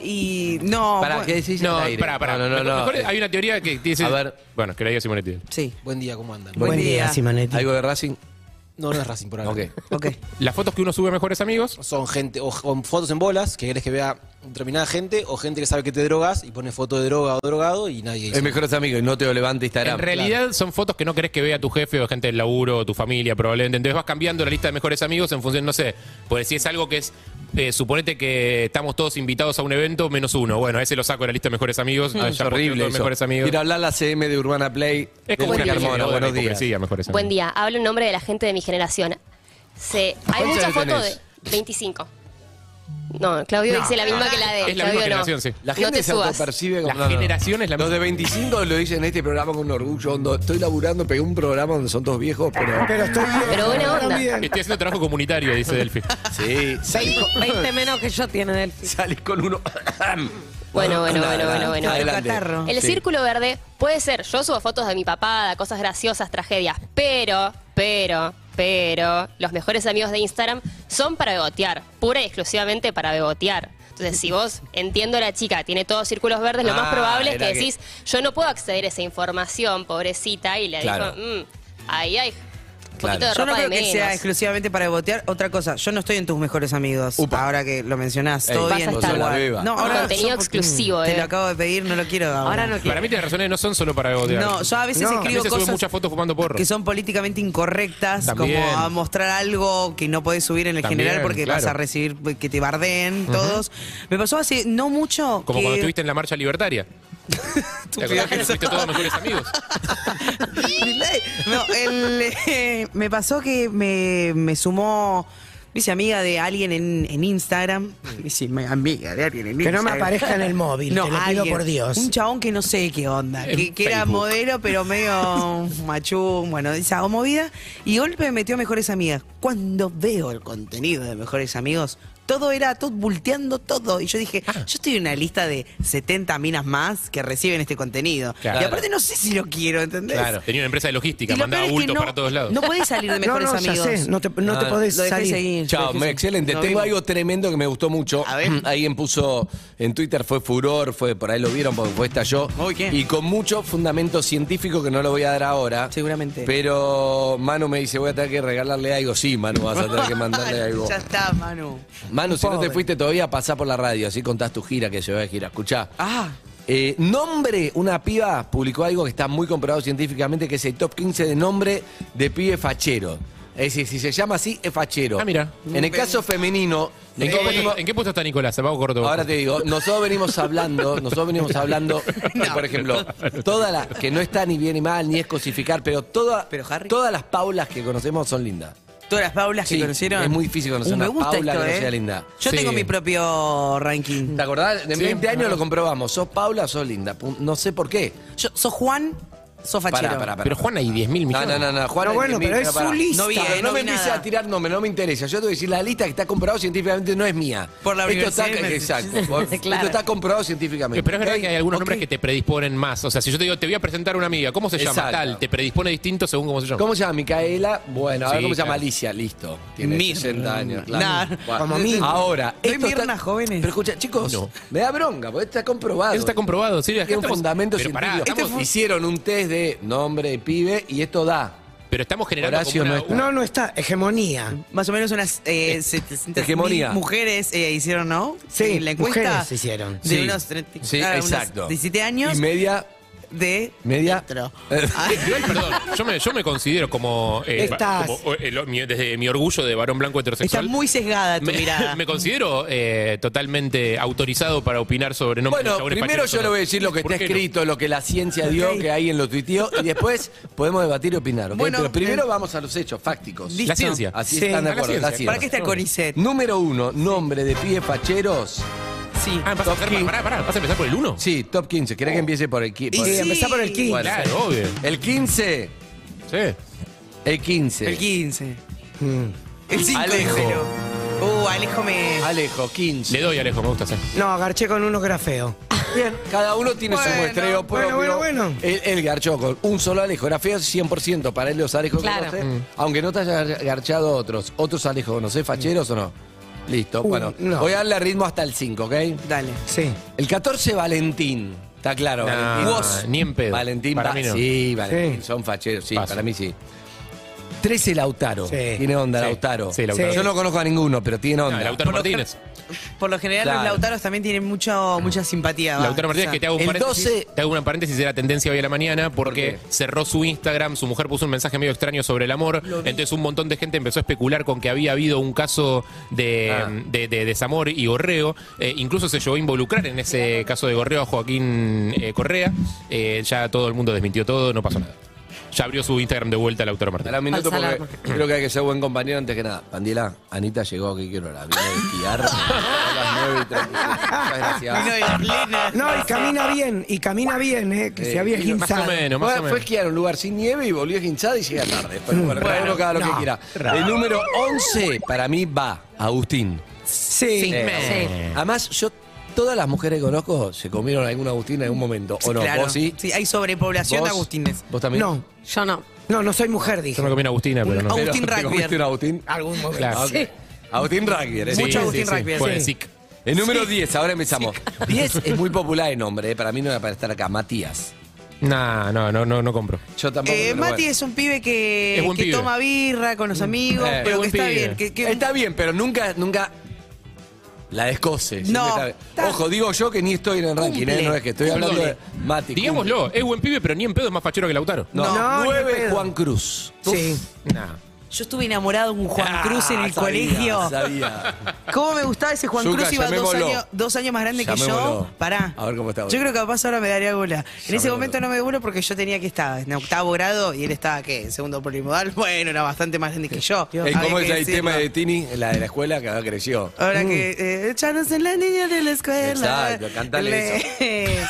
Speaker 4: Y no.
Speaker 3: ¿Para
Speaker 4: bueno,
Speaker 3: qué decís?
Speaker 5: No,
Speaker 3: al aire?
Speaker 5: pará, pará.
Speaker 3: No, no, no,
Speaker 5: Mejor-
Speaker 3: no.
Speaker 5: mejor hay una teoría que dice.
Speaker 3: A ver.
Speaker 5: Bueno, que la diga Simonetti.
Speaker 4: Sí.
Speaker 6: Buen día, ¿cómo andan?
Speaker 4: Buen día.
Speaker 8: Simonetti.
Speaker 3: ¿Algo de Racing?
Speaker 6: No, no es Racing por ahora.
Speaker 3: Ok.
Speaker 4: Ok.
Speaker 5: Las fotos que uno sube a mejores amigos.
Speaker 6: Son gente, o con fotos en bolas, que querés que vea determinada gente, o gente que sabe que te drogas y pone foto de droga o drogado y nadie dice.
Speaker 3: Es mejores amigos, no te lo levante
Speaker 5: En
Speaker 3: Instagram.
Speaker 5: realidad son fotos que no querés que vea tu jefe o gente del laburo o tu familia probablemente. Entonces vas cambiando la lista de mejores amigos en función, no sé, pues si es algo que es, eh, suponete que estamos todos invitados a un evento menos uno. Bueno, a ese lo saco de la lista de mejores amigos. Ah, ya
Speaker 3: Mm. Es
Speaker 5: posteo
Speaker 3: horrible.
Speaker 5: todos
Speaker 3: eso.
Speaker 5: mejores amigos.
Speaker 3: Ir a hablar a la CM de Urbana Play.
Speaker 5: es como
Speaker 3: Delphi
Speaker 5: una
Speaker 9: Buen día.
Speaker 5: hipocresía,
Speaker 3: Carmona,
Speaker 5: otra
Speaker 3: buenos días.
Speaker 5: hipocresía, mejores
Speaker 9: Buen
Speaker 5: amigos.
Speaker 9: día, hablo en nombre de la gente de mi generación. Se, hay
Speaker 3: ¿Cuántos
Speaker 9: muchas
Speaker 3: años
Speaker 9: fotos
Speaker 3: tenés?
Speaker 9: de 25. No, Claudio
Speaker 5: No,
Speaker 9: dice la misma que la de
Speaker 5: es la
Speaker 9: Claudio
Speaker 5: misma
Speaker 9: no.
Speaker 5: generación, sí.
Speaker 3: La
Speaker 9: no
Speaker 3: gente
Speaker 9: te
Speaker 3: se
Speaker 9: subas.
Speaker 3: autopercibe como.
Speaker 5: La generación es la
Speaker 3: Los de
Speaker 5: misma.
Speaker 3: 25 lo dicen en este programa con orgullo. hondo. Estoy laburando, pegué un programa donde son todos viejos, pero.
Speaker 8: Pero estoy bien.
Speaker 9: Pero buena
Speaker 8: ahora
Speaker 9: onda.
Speaker 8: bien.
Speaker 5: Estoy haciendo trabajo comunitario, dice Delphi.
Speaker 3: Sí, salís con,
Speaker 10: 20 menos que yo tiene Delphi.
Speaker 3: salís con uno.
Speaker 9: Bueno, bueno,
Speaker 3: Nada,
Speaker 9: bueno,
Speaker 3: nada,
Speaker 9: bueno, bueno.
Speaker 3: adelante.
Speaker 4: Catarro.
Speaker 9: El
Speaker 3: Sí.
Speaker 9: círculo verde puede ser, yo subo fotos de mi papá, de cosas graciosas, tragedias, pero, pero, pero, los mejores amigos de Instagram son para bebotear, pura y exclusivamente para bebotear. Entonces, si vos, entiendo a la chica, tiene todos círculos verdes, lo
Speaker 3: Ah,
Speaker 9: más probable es que
Speaker 3: era que-
Speaker 9: decís, yo no puedo acceder a esa información, pobrecita, y le
Speaker 3: Claro.
Speaker 9: digo, "Mm, ahí hay poquito de
Speaker 4: Yo no
Speaker 9: ropa
Speaker 4: creo
Speaker 9: de
Speaker 4: que
Speaker 9: menos.
Speaker 4: sea exclusivamente para botear. Otra cosa, yo no estoy en tus mejores amigos. Ahora que lo mencionás,
Speaker 5: Ey,
Speaker 4: todo
Speaker 5: vas
Speaker 4: bien.
Speaker 5: a estar.
Speaker 4: todo
Speaker 5: No la
Speaker 4: guay.
Speaker 5: beba.
Speaker 4: No,
Speaker 5: Un
Speaker 4: ahora yo
Speaker 9: contenido
Speaker 4: porque,
Speaker 9: exclusivo,
Speaker 4: mm, Te
Speaker 9: eh.
Speaker 4: lo acabo de pedir, no lo quiero.
Speaker 10: Ahora no
Speaker 5: Para mí las razones no son solo para botear.
Speaker 4: No, yo a veces
Speaker 5: No.
Speaker 4: escribo
Speaker 5: También se
Speaker 4: cosas-
Speaker 5: sube muchas fotos fumando porro.
Speaker 4: que son políticamente incorrectas,
Speaker 5: También.
Speaker 4: como a mostrar algo que no podés subir en el
Speaker 5: También,
Speaker 4: general porque vas
Speaker 5: claro.
Speaker 4: a recibir que te bardeen todos. Me pasó hace no mucho
Speaker 5: Como
Speaker 4: que-
Speaker 5: cuando estuviste en la marcha libertaria. ¿Te acordás que nos fuiste todos mejores amigos?
Speaker 4: No, el, eh, me pasó que me, me sumó. Me hice amiga de alguien en, en Instagram.
Speaker 5: Mm.
Speaker 4: Me hice me- amiga de alguien en
Speaker 8: Que
Speaker 4: Instagram.
Speaker 8: no me aparezca en el móvil, te lo pido
Speaker 4: alguien.
Speaker 8: por Dios.
Speaker 4: Un chabón que no sé qué onda.
Speaker 5: En
Speaker 4: Que, que era
Speaker 5: Facebook.
Speaker 4: modelo, pero medio machú, bueno, esa movida. Y de golpe me metió a Mejores Amigas. Cuando veo el contenido de Mejores Amigos, todo era todo bulteando todo. Y yo dije,
Speaker 8: Ah.
Speaker 4: yo estoy en una lista de 70 minas más que reciben este contenido.
Speaker 5: Claro.
Speaker 4: Y aparte no sé si lo quiero, ¿entendés?
Speaker 5: Claro. Tenía una empresa de
Speaker 4: Y
Speaker 5: logística,
Speaker 4: lo
Speaker 5: mandaba
Speaker 4: peor es que
Speaker 5: bultos
Speaker 4: no-
Speaker 5: para todos lados.
Speaker 4: No puedes salir de
Speaker 8: No,
Speaker 4: mejores
Speaker 8: no, ya
Speaker 4: amigos.
Speaker 8: sé, no te, no te
Speaker 3: Ah,
Speaker 8: podés
Speaker 4: lo dejé
Speaker 8: salir.
Speaker 4: seguir.
Speaker 3: Chao,
Speaker 4: Dejé seguir.
Speaker 3: excelente.
Speaker 4: Lo
Speaker 3: Tengo
Speaker 4: vimos.
Speaker 3: algo tremendo que me gustó mucho.
Speaker 4: A ver.
Speaker 3: Alguien puso en Twitter, fue furor, fue por ahí lo vieron porque fue estalló.
Speaker 4: Uy, ¿qué?
Speaker 3: Y con mucho fundamento científico que no lo voy a dar ahora.
Speaker 4: Seguramente.
Speaker 3: Pero Manu me dice, voy a tener que regalarle algo. Sí, Manu, vas a tener que mandarle algo.
Speaker 4: Ah, ya está, Manu.
Speaker 3: Manu, si no te
Speaker 8: Pobre.
Speaker 3: fuiste todavía, pasá por la radio, así contás tu gira que llevó de gira. Escuchá.
Speaker 4: Ah,
Speaker 3: Eh, nombre, una piba publicó algo que está muy comprobado científicamente, que es el top 15 de nombre de pibe fachero. Es decir, si se llama así, es fachero.
Speaker 5: Ah, mira.
Speaker 3: En el caso femenino,
Speaker 5: ¿En
Speaker 3: nosotros
Speaker 5: qué,
Speaker 3: venimos-
Speaker 5: en qué puesto está Nicolás? Abajo corto.
Speaker 3: ahora te digo, nosotros venimos hablando, nosotros venimos hablando, que, por ejemplo, toda la, que no está ni bien ni mal, ni es cosificar, pero, toda,
Speaker 4: Pero, Harry.
Speaker 3: todas las paulas que conocemos son lindas.
Speaker 4: todas las Paulas
Speaker 3: Sí,
Speaker 4: que conocieron.
Speaker 3: es muy difícil conocer
Speaker 4: Uh, me
Speaker 3: una
Speaker 4: gusta
Speaker 3: Paula
Speaker 4: esto,
Speaker 3: que no
Speaker 4: eh.
Speaker 3: sea linda.
Speaker 4: Yo
Speaker 5: Sí.
Speaker 4: tengo mi propio ranking.
Speaker 3: ¿Te acordás? En
Speaker 5: Sí,
Speaker 3: 20 años
Speaker 5: ajá.
Speaker 3: lo comprobamos. ¿Sos Paula o sos linda? Pun- No sé por qué.
Speaker 4: Yo, sos Juan, sos fachero.
Speaker 3: Pará, pará, pará.
Speaker 5: Pero Juan, hay 10.000
Speaker 3: No,
Speaker 5: millones.
Speaker 3: no, no, no, Juan,
Speaker 8: No,
Speaker 3: hay
Speaker 8: bueno,
Speaker 3: 10.000,
Speaker 8: pero es
Speaker 3: pará.
Speaker 8: su lista.
Speaker 3: No,
Speaker 4: No vi, eh,
Speaker 3: no
Speaker 4: no
Speaker 3: me
Speaker 4: vi
Speaker 3: empieces
Speaker 4: nada.
Speaker 3: a tirar nombres, no me interesa. Yo te voy a decir la lista que está comprobado científicamente no es mía.
Speaker 4: Por la
Speaker 3: Esto está,
Speaker 4: universidad me-
Speaker 3: exacto, por-
Speaker 10: Claro.
Speaker 3: Esto está comprobado científicamente.
Speaker 5: Pero es verdad
Speaker 3: Ok,
Speaker 5: que hay algunos
Speaker 3: ok.
Speaker 5: nombres que te predisponen más. O sea, si yo te digo, te voy a presentar a una amiga, ¿cómo se llama?
Speaker 3: Exacto.
Speaker 5: Tal, te predispone distinto según cómo se llama.
Speaker 3: ¿Cómo se llama? Micaela. Bueno, a ver
Speaker 5: Sí,
Speaker 3: cómo se llama
Speaker 5: claro.
Speaker 3: Alicia. Listo. Tiene
Speaker 4: Mirna.
Speaker 3: 60 años. Claro.
Speaker 4: Nah,
Speaker 3: Bueno.
Speaker 8: como mí.
Speaker 3: Ahora.
Speaker 4: No hay
Speaker 3: esto está-
Speaker 4: Mirnas jóvenes.
Speaker 3: Pero escucha, chicos,
Speaker 5: No.
Speaker 3: me da bronca, porque esto está comprobado.
Speaker 5: Eso está comprobado, sí, acá
Speaker 3: Tiene un
Speaker 5: estamos-
Speaker 3: fundamento
Speaker 5: pero pará,
Speaker 3: científico.
Speaker 5: estamos-
Speaker 3: Este fue- Hicieron un test de nombre de pibe y esto da.
Speaker 5: Pero estamos generando
Speaker 3: Horacio no
Speaker 5: como una-
Speaker 3: está.
Speaker 8: No, no está. Hegemonía.
Speaker 4: Más o menos unas eh, 700
Speaker 3: hegemonía.
Speaker 4: mujeres eh, hicieron, ¿no?
Speaker 8: Sí,
Speaker 4: Eh, la encuesta
Speaker 8: mujeres hicieron.
Speaker 4: De
Speaker 3: Sí.
Speaker 4: unos 30,
Speaker 3: Sí,
Speaker 4: ah, unos
Speaker 3: exacto.
Speaker 4: 17 años
Speaker 3: Y media.
Speaker 4: de...
Speaker 3: Media. Eh,
Speaker 4: Metro. Ah.
Speaker 5: Igual, Eh, perdón, yo me, yo me considero como, eh, va-
Speaker 8: Estás-
Speaker 5: como, eh, lo- mi- desde mi orgullo de varón blanco
Speaker 4: Está
Speaker 5: heterosexual.
Speaker 4: muy sesgada tu
Speaker 5: me,
Speaker 4: mirada.
Speaker 5: me considero eh, totalmente autorizado para opinar sobre nombres de
Speaker 3: Bueno,
Speaker 5: chabones
Speaker 3: primero
Speaker 5: facheros o
Speaker 3: yo
Speaker 5: no.
Speaker 3: le voy a decir lo que
Speaker 5: ¿Por
Speaker 3: está
Speaker 5: qué no?
Speaker 3: escrito, lo que la ciencia dio, que alguien lo tuiteó, y después podemos debatir y opinar, ¿ok?
Speaker 4: Bueno,
Speaker 3: Pero primero
Speaker 4: eh,
Speaker 3: vamos a los hechos fácticos.
Speaker 4: listo.
Speaker 5: La ciencia.
Speaker 3: Así
Speaker 8: Sí.
Speaker 3: están de
Speaker 5: Ah, la
Speaker 3: acuerdo.
Speaker 5: ciencia.
Speaker 3: la ciencia.
Speaker 4: ¿Para qué está el Conicet?
Speaker 3: Número uno, nombre de pies facheros.
Speaker 4: Sí.
Speaker 5: Ah, vas a, hacer- pará, pará, ¿vas a empezar por el 1?
Speaker 3: Sí, top 15. ¿Querés que empiece por el 15?
Speaker 4: Oh. Y sí.
Speaker 8: Eh, empezá por el 15.
Speaker 3: Bueno.
Speaker 5: Claro, obvio.
Speaker 3: El 15.
Speaker 5: Sí.
Speaker 3: El 15.
Speaker 4: El 15. El 5
Speaker 3: Alejo.
Speaker 4: Uh, Alejo me...
Speaker 3: Alejo, 15.
Speaker 5: Le doy, Alejo, me gusta hacer.
Speaker 8: No, agarché con uno que era feo.
Speaker 3: Bien, cada uno tiene su
Speaker 4: Bueno,
Speaker 3: muestreo propio.
Speaker 8: bueno, bueno, bueno.
Speaker 3: Él, él garchó con un solo Alejo. Era feo 100% para él los Alejos
Speaker 10: Claro.
Speaker 3: conoce, Aunque no te haya gar- garchado otros. ¿Otros Alejos conocés, facheros o no? Listo,
Speaker 8: Uh,
Speaker 3: bueno.
Speaker 8: no.
Speaker 3: Voy a darle ritmo hasta el 5, ¿ok?
Speaker 4: Dale.
Speaker 8: Sí.
Speaker 3: El 14, Valentín. Está claro,
Speaker 5: Nah,
Speaker 3: Valentín.
Speaker 5: ni en pedo.
Speaker 3: Valentín,
Speaker 5: Para
Speaker 3: va-
Speaker 5: mí no.
Speaker 3: sí, Valentín.
Speaker 8: Sí.
Speaker 3: Son facheros, sí,
Speaker 5: Paso.
Speaker 3: para mí sí. 13, Lautaro.
Speaker 8: Sí.
Speaker 3: Tiene onda,
Speaker 5: Sí.
Speaker 3: Lautaro.
Speaker 5: Sí, Lautaro.
Speaker 3: Yo no conozco a ninguno, pero tiene
Speaker 5: No,
Speaker 3: onda.
Speaker 5: Lautaro Martínez.
Speaker 4: Por lo general
Speaker 3: Claro. Mm.
Speaker 4: los Lautaros también tienen mucho, mucha simpatía. va.
Speaker 5: Lautaro Martínez,
Speaker 4: O sea,
Speaker 5: que te hago un
Speaker 3: el
Speaker 5: paréntesis.
Speaker 3: 12.
Speaker 5: Te hago una paréntesis de la tendencia hoy a la mañana
Speaker 3: qué?
Speaker 5: porque cerró su Instagram, su mujer puso un mensaje medio extraño sobre el amor. Entonces un montón de gente empezó a especular con que había habido un caso de,
Speaker 3: Ah.
Speaker 5: de- de desamor y gorreo. Eh, incluso se llegó a involucrar en ese caso de gorreo a Joaquín eh, Correa. Eh, ya todo el mundo desmintió todo, no pasó nada. Ya abrió su Instagram de vuelta Lautaro
Speaker 3: Pará
Speaker 5: Martínez.
Speaker 3: un minuto
Speaker 10: Falsa
Speaker 3: porque creo que hay que ser buen compañero antes que nada. Pandila, Anita llegó, ¿qué quiero? La vine a esquiar a las 9 y 35. Muchas
Speaker 4: Vino
Speaker 3: gracias.
Speaker 4: de Berlina.
Speaker 8: No, y camina bien, y camina bien, ¿eh? Que se había
Speaker 5: Y más o
Speaker 8: esguinzado.
Speaker 5: menos, más o
Speaker 3: Fue, fue a
Speaker 5: menos.
Speaker 3: esquiar a un lugar sin nieve y volvió hinchada y llega tarde. Pero bueno, cada uno cada lo que
Speaker 8: no.
Speaker 3: quiera. El número 11 para mí va, Agustín.
Speaker 8: Sí.
Speaker 3: Eh,
Speaker 10: Sí.
Speaker 3: Además, yo, todas las mujeres que conozco se comieron algún Agustín en algún momento. ¿O no?
Speaker 4: Claro.
Speaker 3: ¿Vos sí?
Speaker 4: hay sobrepoblación
Speaker 3: ¿Vos?
Speaker 4: de Agustines.
Speaker 3: ¿Vos también?
Speaker 8: No,
Speaker 10: Yo no.
Speaker 8: no, no soy mujer,
Speaker 5: Yo me
Speaker 8: dije.
Speaker 5: comí una Agustina, pero no.
Speaker 4: Agustín
Speaker 3: Pero, ¿te
Speaker 4: Rugbier.
Speaker 3: comiste un Agustín?
Speaker 8: Algún momento.
Speaker 5: Claro.
Speaker 3: Ok. Agustín eh. Rugbier. ese.
Speaker 5: Sí,
Speaker 4: Mucho Agustín
Speaker 5: sí, sí.
Speaker 4: Rugbier.
Speaker 5: Fue
Speaker 8: Sí.
Speaker 5: sick.
Speaker 3: El número 10, ahora empezamos. 10 es muy popular el nombre, eh, para mí no era para estar acá, Matías.
Speaker 5: No, no, no, no, no compro.
Speaker 3: Yo tampoco.
Speaker 4: Eh,
Speaker 3: pero
Speaker 4: Mati
Speaker 3: bueno.
Speaker 4: es un pibe que,
Speaker 5: Es buen
Speaker 4: que
Speaker 5: pibe.
Speaker 4: toma birra con los amigos,
Speaker 3: Eh,
Speaker 4: pero que
Speaker 5: buen
Speaker 4: está
Speaker 5: pibe.
Speaker 4: bien. Que, que-
Speaker 3: Está bien, pero nunca, nunca la descose. siempre
Speaker 4: No,
Speaker 3: está bien.
Speaker 4: está-
Speaker 3: Ojo, digo yo que ni estoy en el ranking,
Speaker 4: Cumple.
Speaker 3: ¿eh? No es que estoy hablando de Mati.
Speaker 5: Digámoslo, es buen pibe, pero ni en pedo es más fachero que Lautaro.
Speaker 3: No,
Speaker 4: No, ni
Speaker 3: nueve
Speaker 4: pedo.
Speaker 3: Juan Cruz.
Speaker 4: Sí.
Speaker 5: Nah.
Speaker 10: Yo estuve enamorado de un Juan
Speaker 3: Ah,
Speaker 10: Cruz en el
Speaker 3: sabía,
Speaker 10: colegio.
Speaker 3: Sabía.
Speaker 4: ¿Cómo me gustaba ese Juan
Speaker 3: Zucca,
Speaker 4: Cruz? Iba dos
Speaker 3: llamémoslo.
Speaker 4: años, dos años más grande que yo.
Speaker 3: Llamémoslo.
Speaker 4: Pará.
Speaker 3: A ver cómo está ahora.
Speaker 4: Yo creo que capaz ahora me daría bola. En ese
Speaker 3: Llamémoslo.
Speaker 4: momento no me dio bola porque yo tenía que estar en octavo grado y él estaba, ¿qué? En segundo polimodal. Bueno, era bastante más grande que yo.
Speaker 3: Eh,
Speaker 4: Había
Speaker 3: ¿Cómo es
Speaker 4: que
Speaker 3: el
Speaker 4: decirlo.
Speaker 3: tema de Tini? La de la escuela que ahora creció.
Speaker 4: Ahora que eh, echanos en la niña de la escuela.
Speaker 3: Mm. Exacto, cántale
Speaker 4: eso.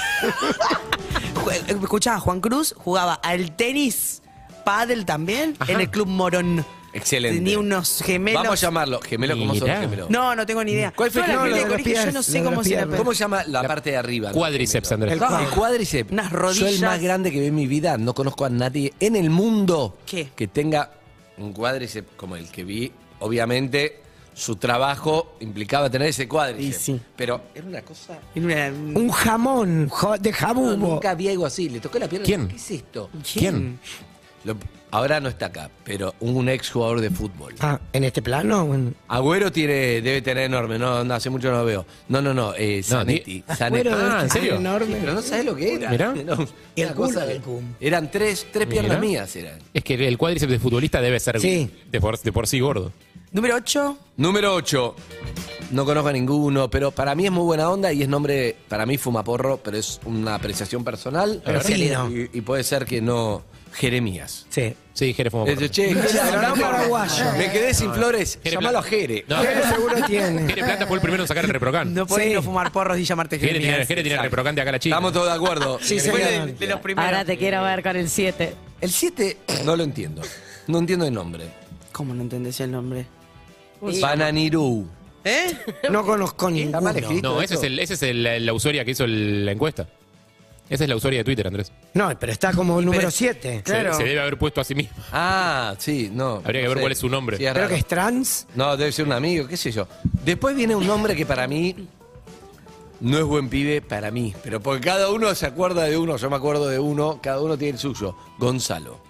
Speaker 4: Escuchaba, Juan Cruz jugaba al tenis, pádel también, en el Club Morón.
Speaker 3: Excelente.
Speaker 4: Tenía unos gemelos.
Speaker 3: Vamos a llamarlo. Gemelo, ¿cómo son los
Speaker 5: Mirá.
Speaker 3: gemelos?
Speaker 4: No, no tengo ni idea.
Speaker 3: ¿Cuál fue
Speaker 4: Toda
Speaker 3: el que- no,
Speaker 4: la gente del
Speaker 8: lo de las
Speaker 4: colegio, yo no
Speaker 8: piernas,
Speaker 4: sé
Speaker 8: lo de
Speaker 4: cómo
Speaker 8: las
Speaker 4: se la
Speaker 8: piernas.
Speaker 4: pe-
Speaker 3: ¿Cómo se llama la parte de arriba?
Speaker 5: Cuádriceps,
Speaker 3: Gemelo.
Speaker 5: Andrés.
Speaker 3: El, cuádriceps.
Speaker 4: Unas
Speaker 3: Yo el
Speaker 4: rodillas.
Speaker 3: más grande que vi en mi vida, no conozco a nadie en el mundo
Speaker 4: ¿Qué?
Speaker 3: que tenga un cuádriceps como el que vi. Obviamente, su trabajo implicaba tener ese cuádriceps.
Speaker 4: Y sí.
Speaker 3: Pero era una cosa...
Speaker 4: Era
Speaker 8: Un jamón jo- de
Speaker 3: No,
Speaker 8: jabugo.
Speaker 3: nunca vi algo así. Le toqué la pierna.
Speaker 5: ¿Quién?
Speaker 3: ¿Qué es esto?
Speaker 5: ¿Quién?
Speaker 3: Lo- ahora no está acá, pero un ex jugador de fútbol.
Speaker 8: Ah, ¿en este plano? Bueno.
Speaker 3: Agüero tiene, debe tener enorme, no, no, hace mucho no lo veo. No, no, no, eh, Zanetti. Zanetti.
Speaker 8: Agüero
Speaker 5: Ah, ¿en
Speaker 8: este
Speaker 5: serio?
Speaker 8: enorme.
Speaker 3: Pero no sabes lo que era.
Speaker 5: Mirá.
Speaker 3: No, una
Speaker 8: Y el culo
Speaker 3: cosa
Speaker 8: del
Speaker 3: que-
Speaker 8: cum.
Speaker 3: Eran tres, tres piernas mías eran.
Speaker 5: Es que el cuádriceps de futbolista debe ser
Speaker 8: Sí.
Speaker 5: de, por, de por sí gordo.
Speaker 4: Número 8.
Speaker 3: Número 8. No conozco a ninguno, pero para mí es muy buena onda y es nombre, para mí fumaporro, pero es una apreciación personal.
Speaker 8: Pero sí, no.
Speaker 3: y, y puede ser que no. Jeremías.
Speaker 8: Sí.
Speaker 5: Sí, Jerez fumó
Speaker 3: Es de, Eh, che, Jere,
Speaker 8: pero no
Speaker 3: me-
Speaker 8: paraguayo.
Speaker 3: Me quedé sin flores.
Speaker 5: Jere
Speaker 3: Llamalo a
Speaker 5: Plata.
Speaker 3: Jere.
Speaker 5: No.
Speaker 8: Pero seguro tiene.
Speaker 5: Jere Plata fue el primero en sacar el reprocan.
Speaker 4: No podés
Speaker 8: Sí.
Speaker 4: no fumar porros y llamarte
Speaker 5: Jere tiene,
Speaker 4: Jeremías.
Speaker 5: Jere tiene el reprocan de acá a la chica.
Speaker 3: Estamos todos de acuerdo.
Speaker 8: Sí,
Speaker 4: Fue de,
Speaker 8: señor.
Speaker 4: de los primeros.
Speaker 10: Ahora te quiero ver con el 7.
Speaker 3: El 7 no lo entiendo. No entiendo el nombre.
Speaker 4: ¿Cómo no entendés el nombre?
Speaker 3: Bananirú.
Speaker 4: ¿Eh?
Speaker 8: No conozco
Speaker 3: Está
Speaker 8: ninguno.
Speaker 3: mal escrito
Speaker 5: No, ese
Speaker 3: eso.
Speaker 5: es, el, ese es el- la usuaria que hizo el- la encuesta. Esa es la usuaria de Twitter, Andrés. Se-
Speaker 8: No, pero está como el número 7.
Speaker 4: Claro.
Speaker 5: Se, debe haber puesto a sí mismo.
Speaker 3: Ah, sí, no.
Speaker 5: Habría que
Speaker 3: no
Speaker 5: ver cuál es su nombre.
Speaker 3: Sí, es
Speaker 8: Creo
Speaker 3: raro.
Speaker 8: que es trans.
Speaker 3: No, debe ser un amigo, qué sé yo. Después viene un nombre que para mí no es buen pibe para mí. Pero porque cada uno se acuerda de uno, yo me acuerdo de uno, cada uno tiene el suyo. Gonzalo.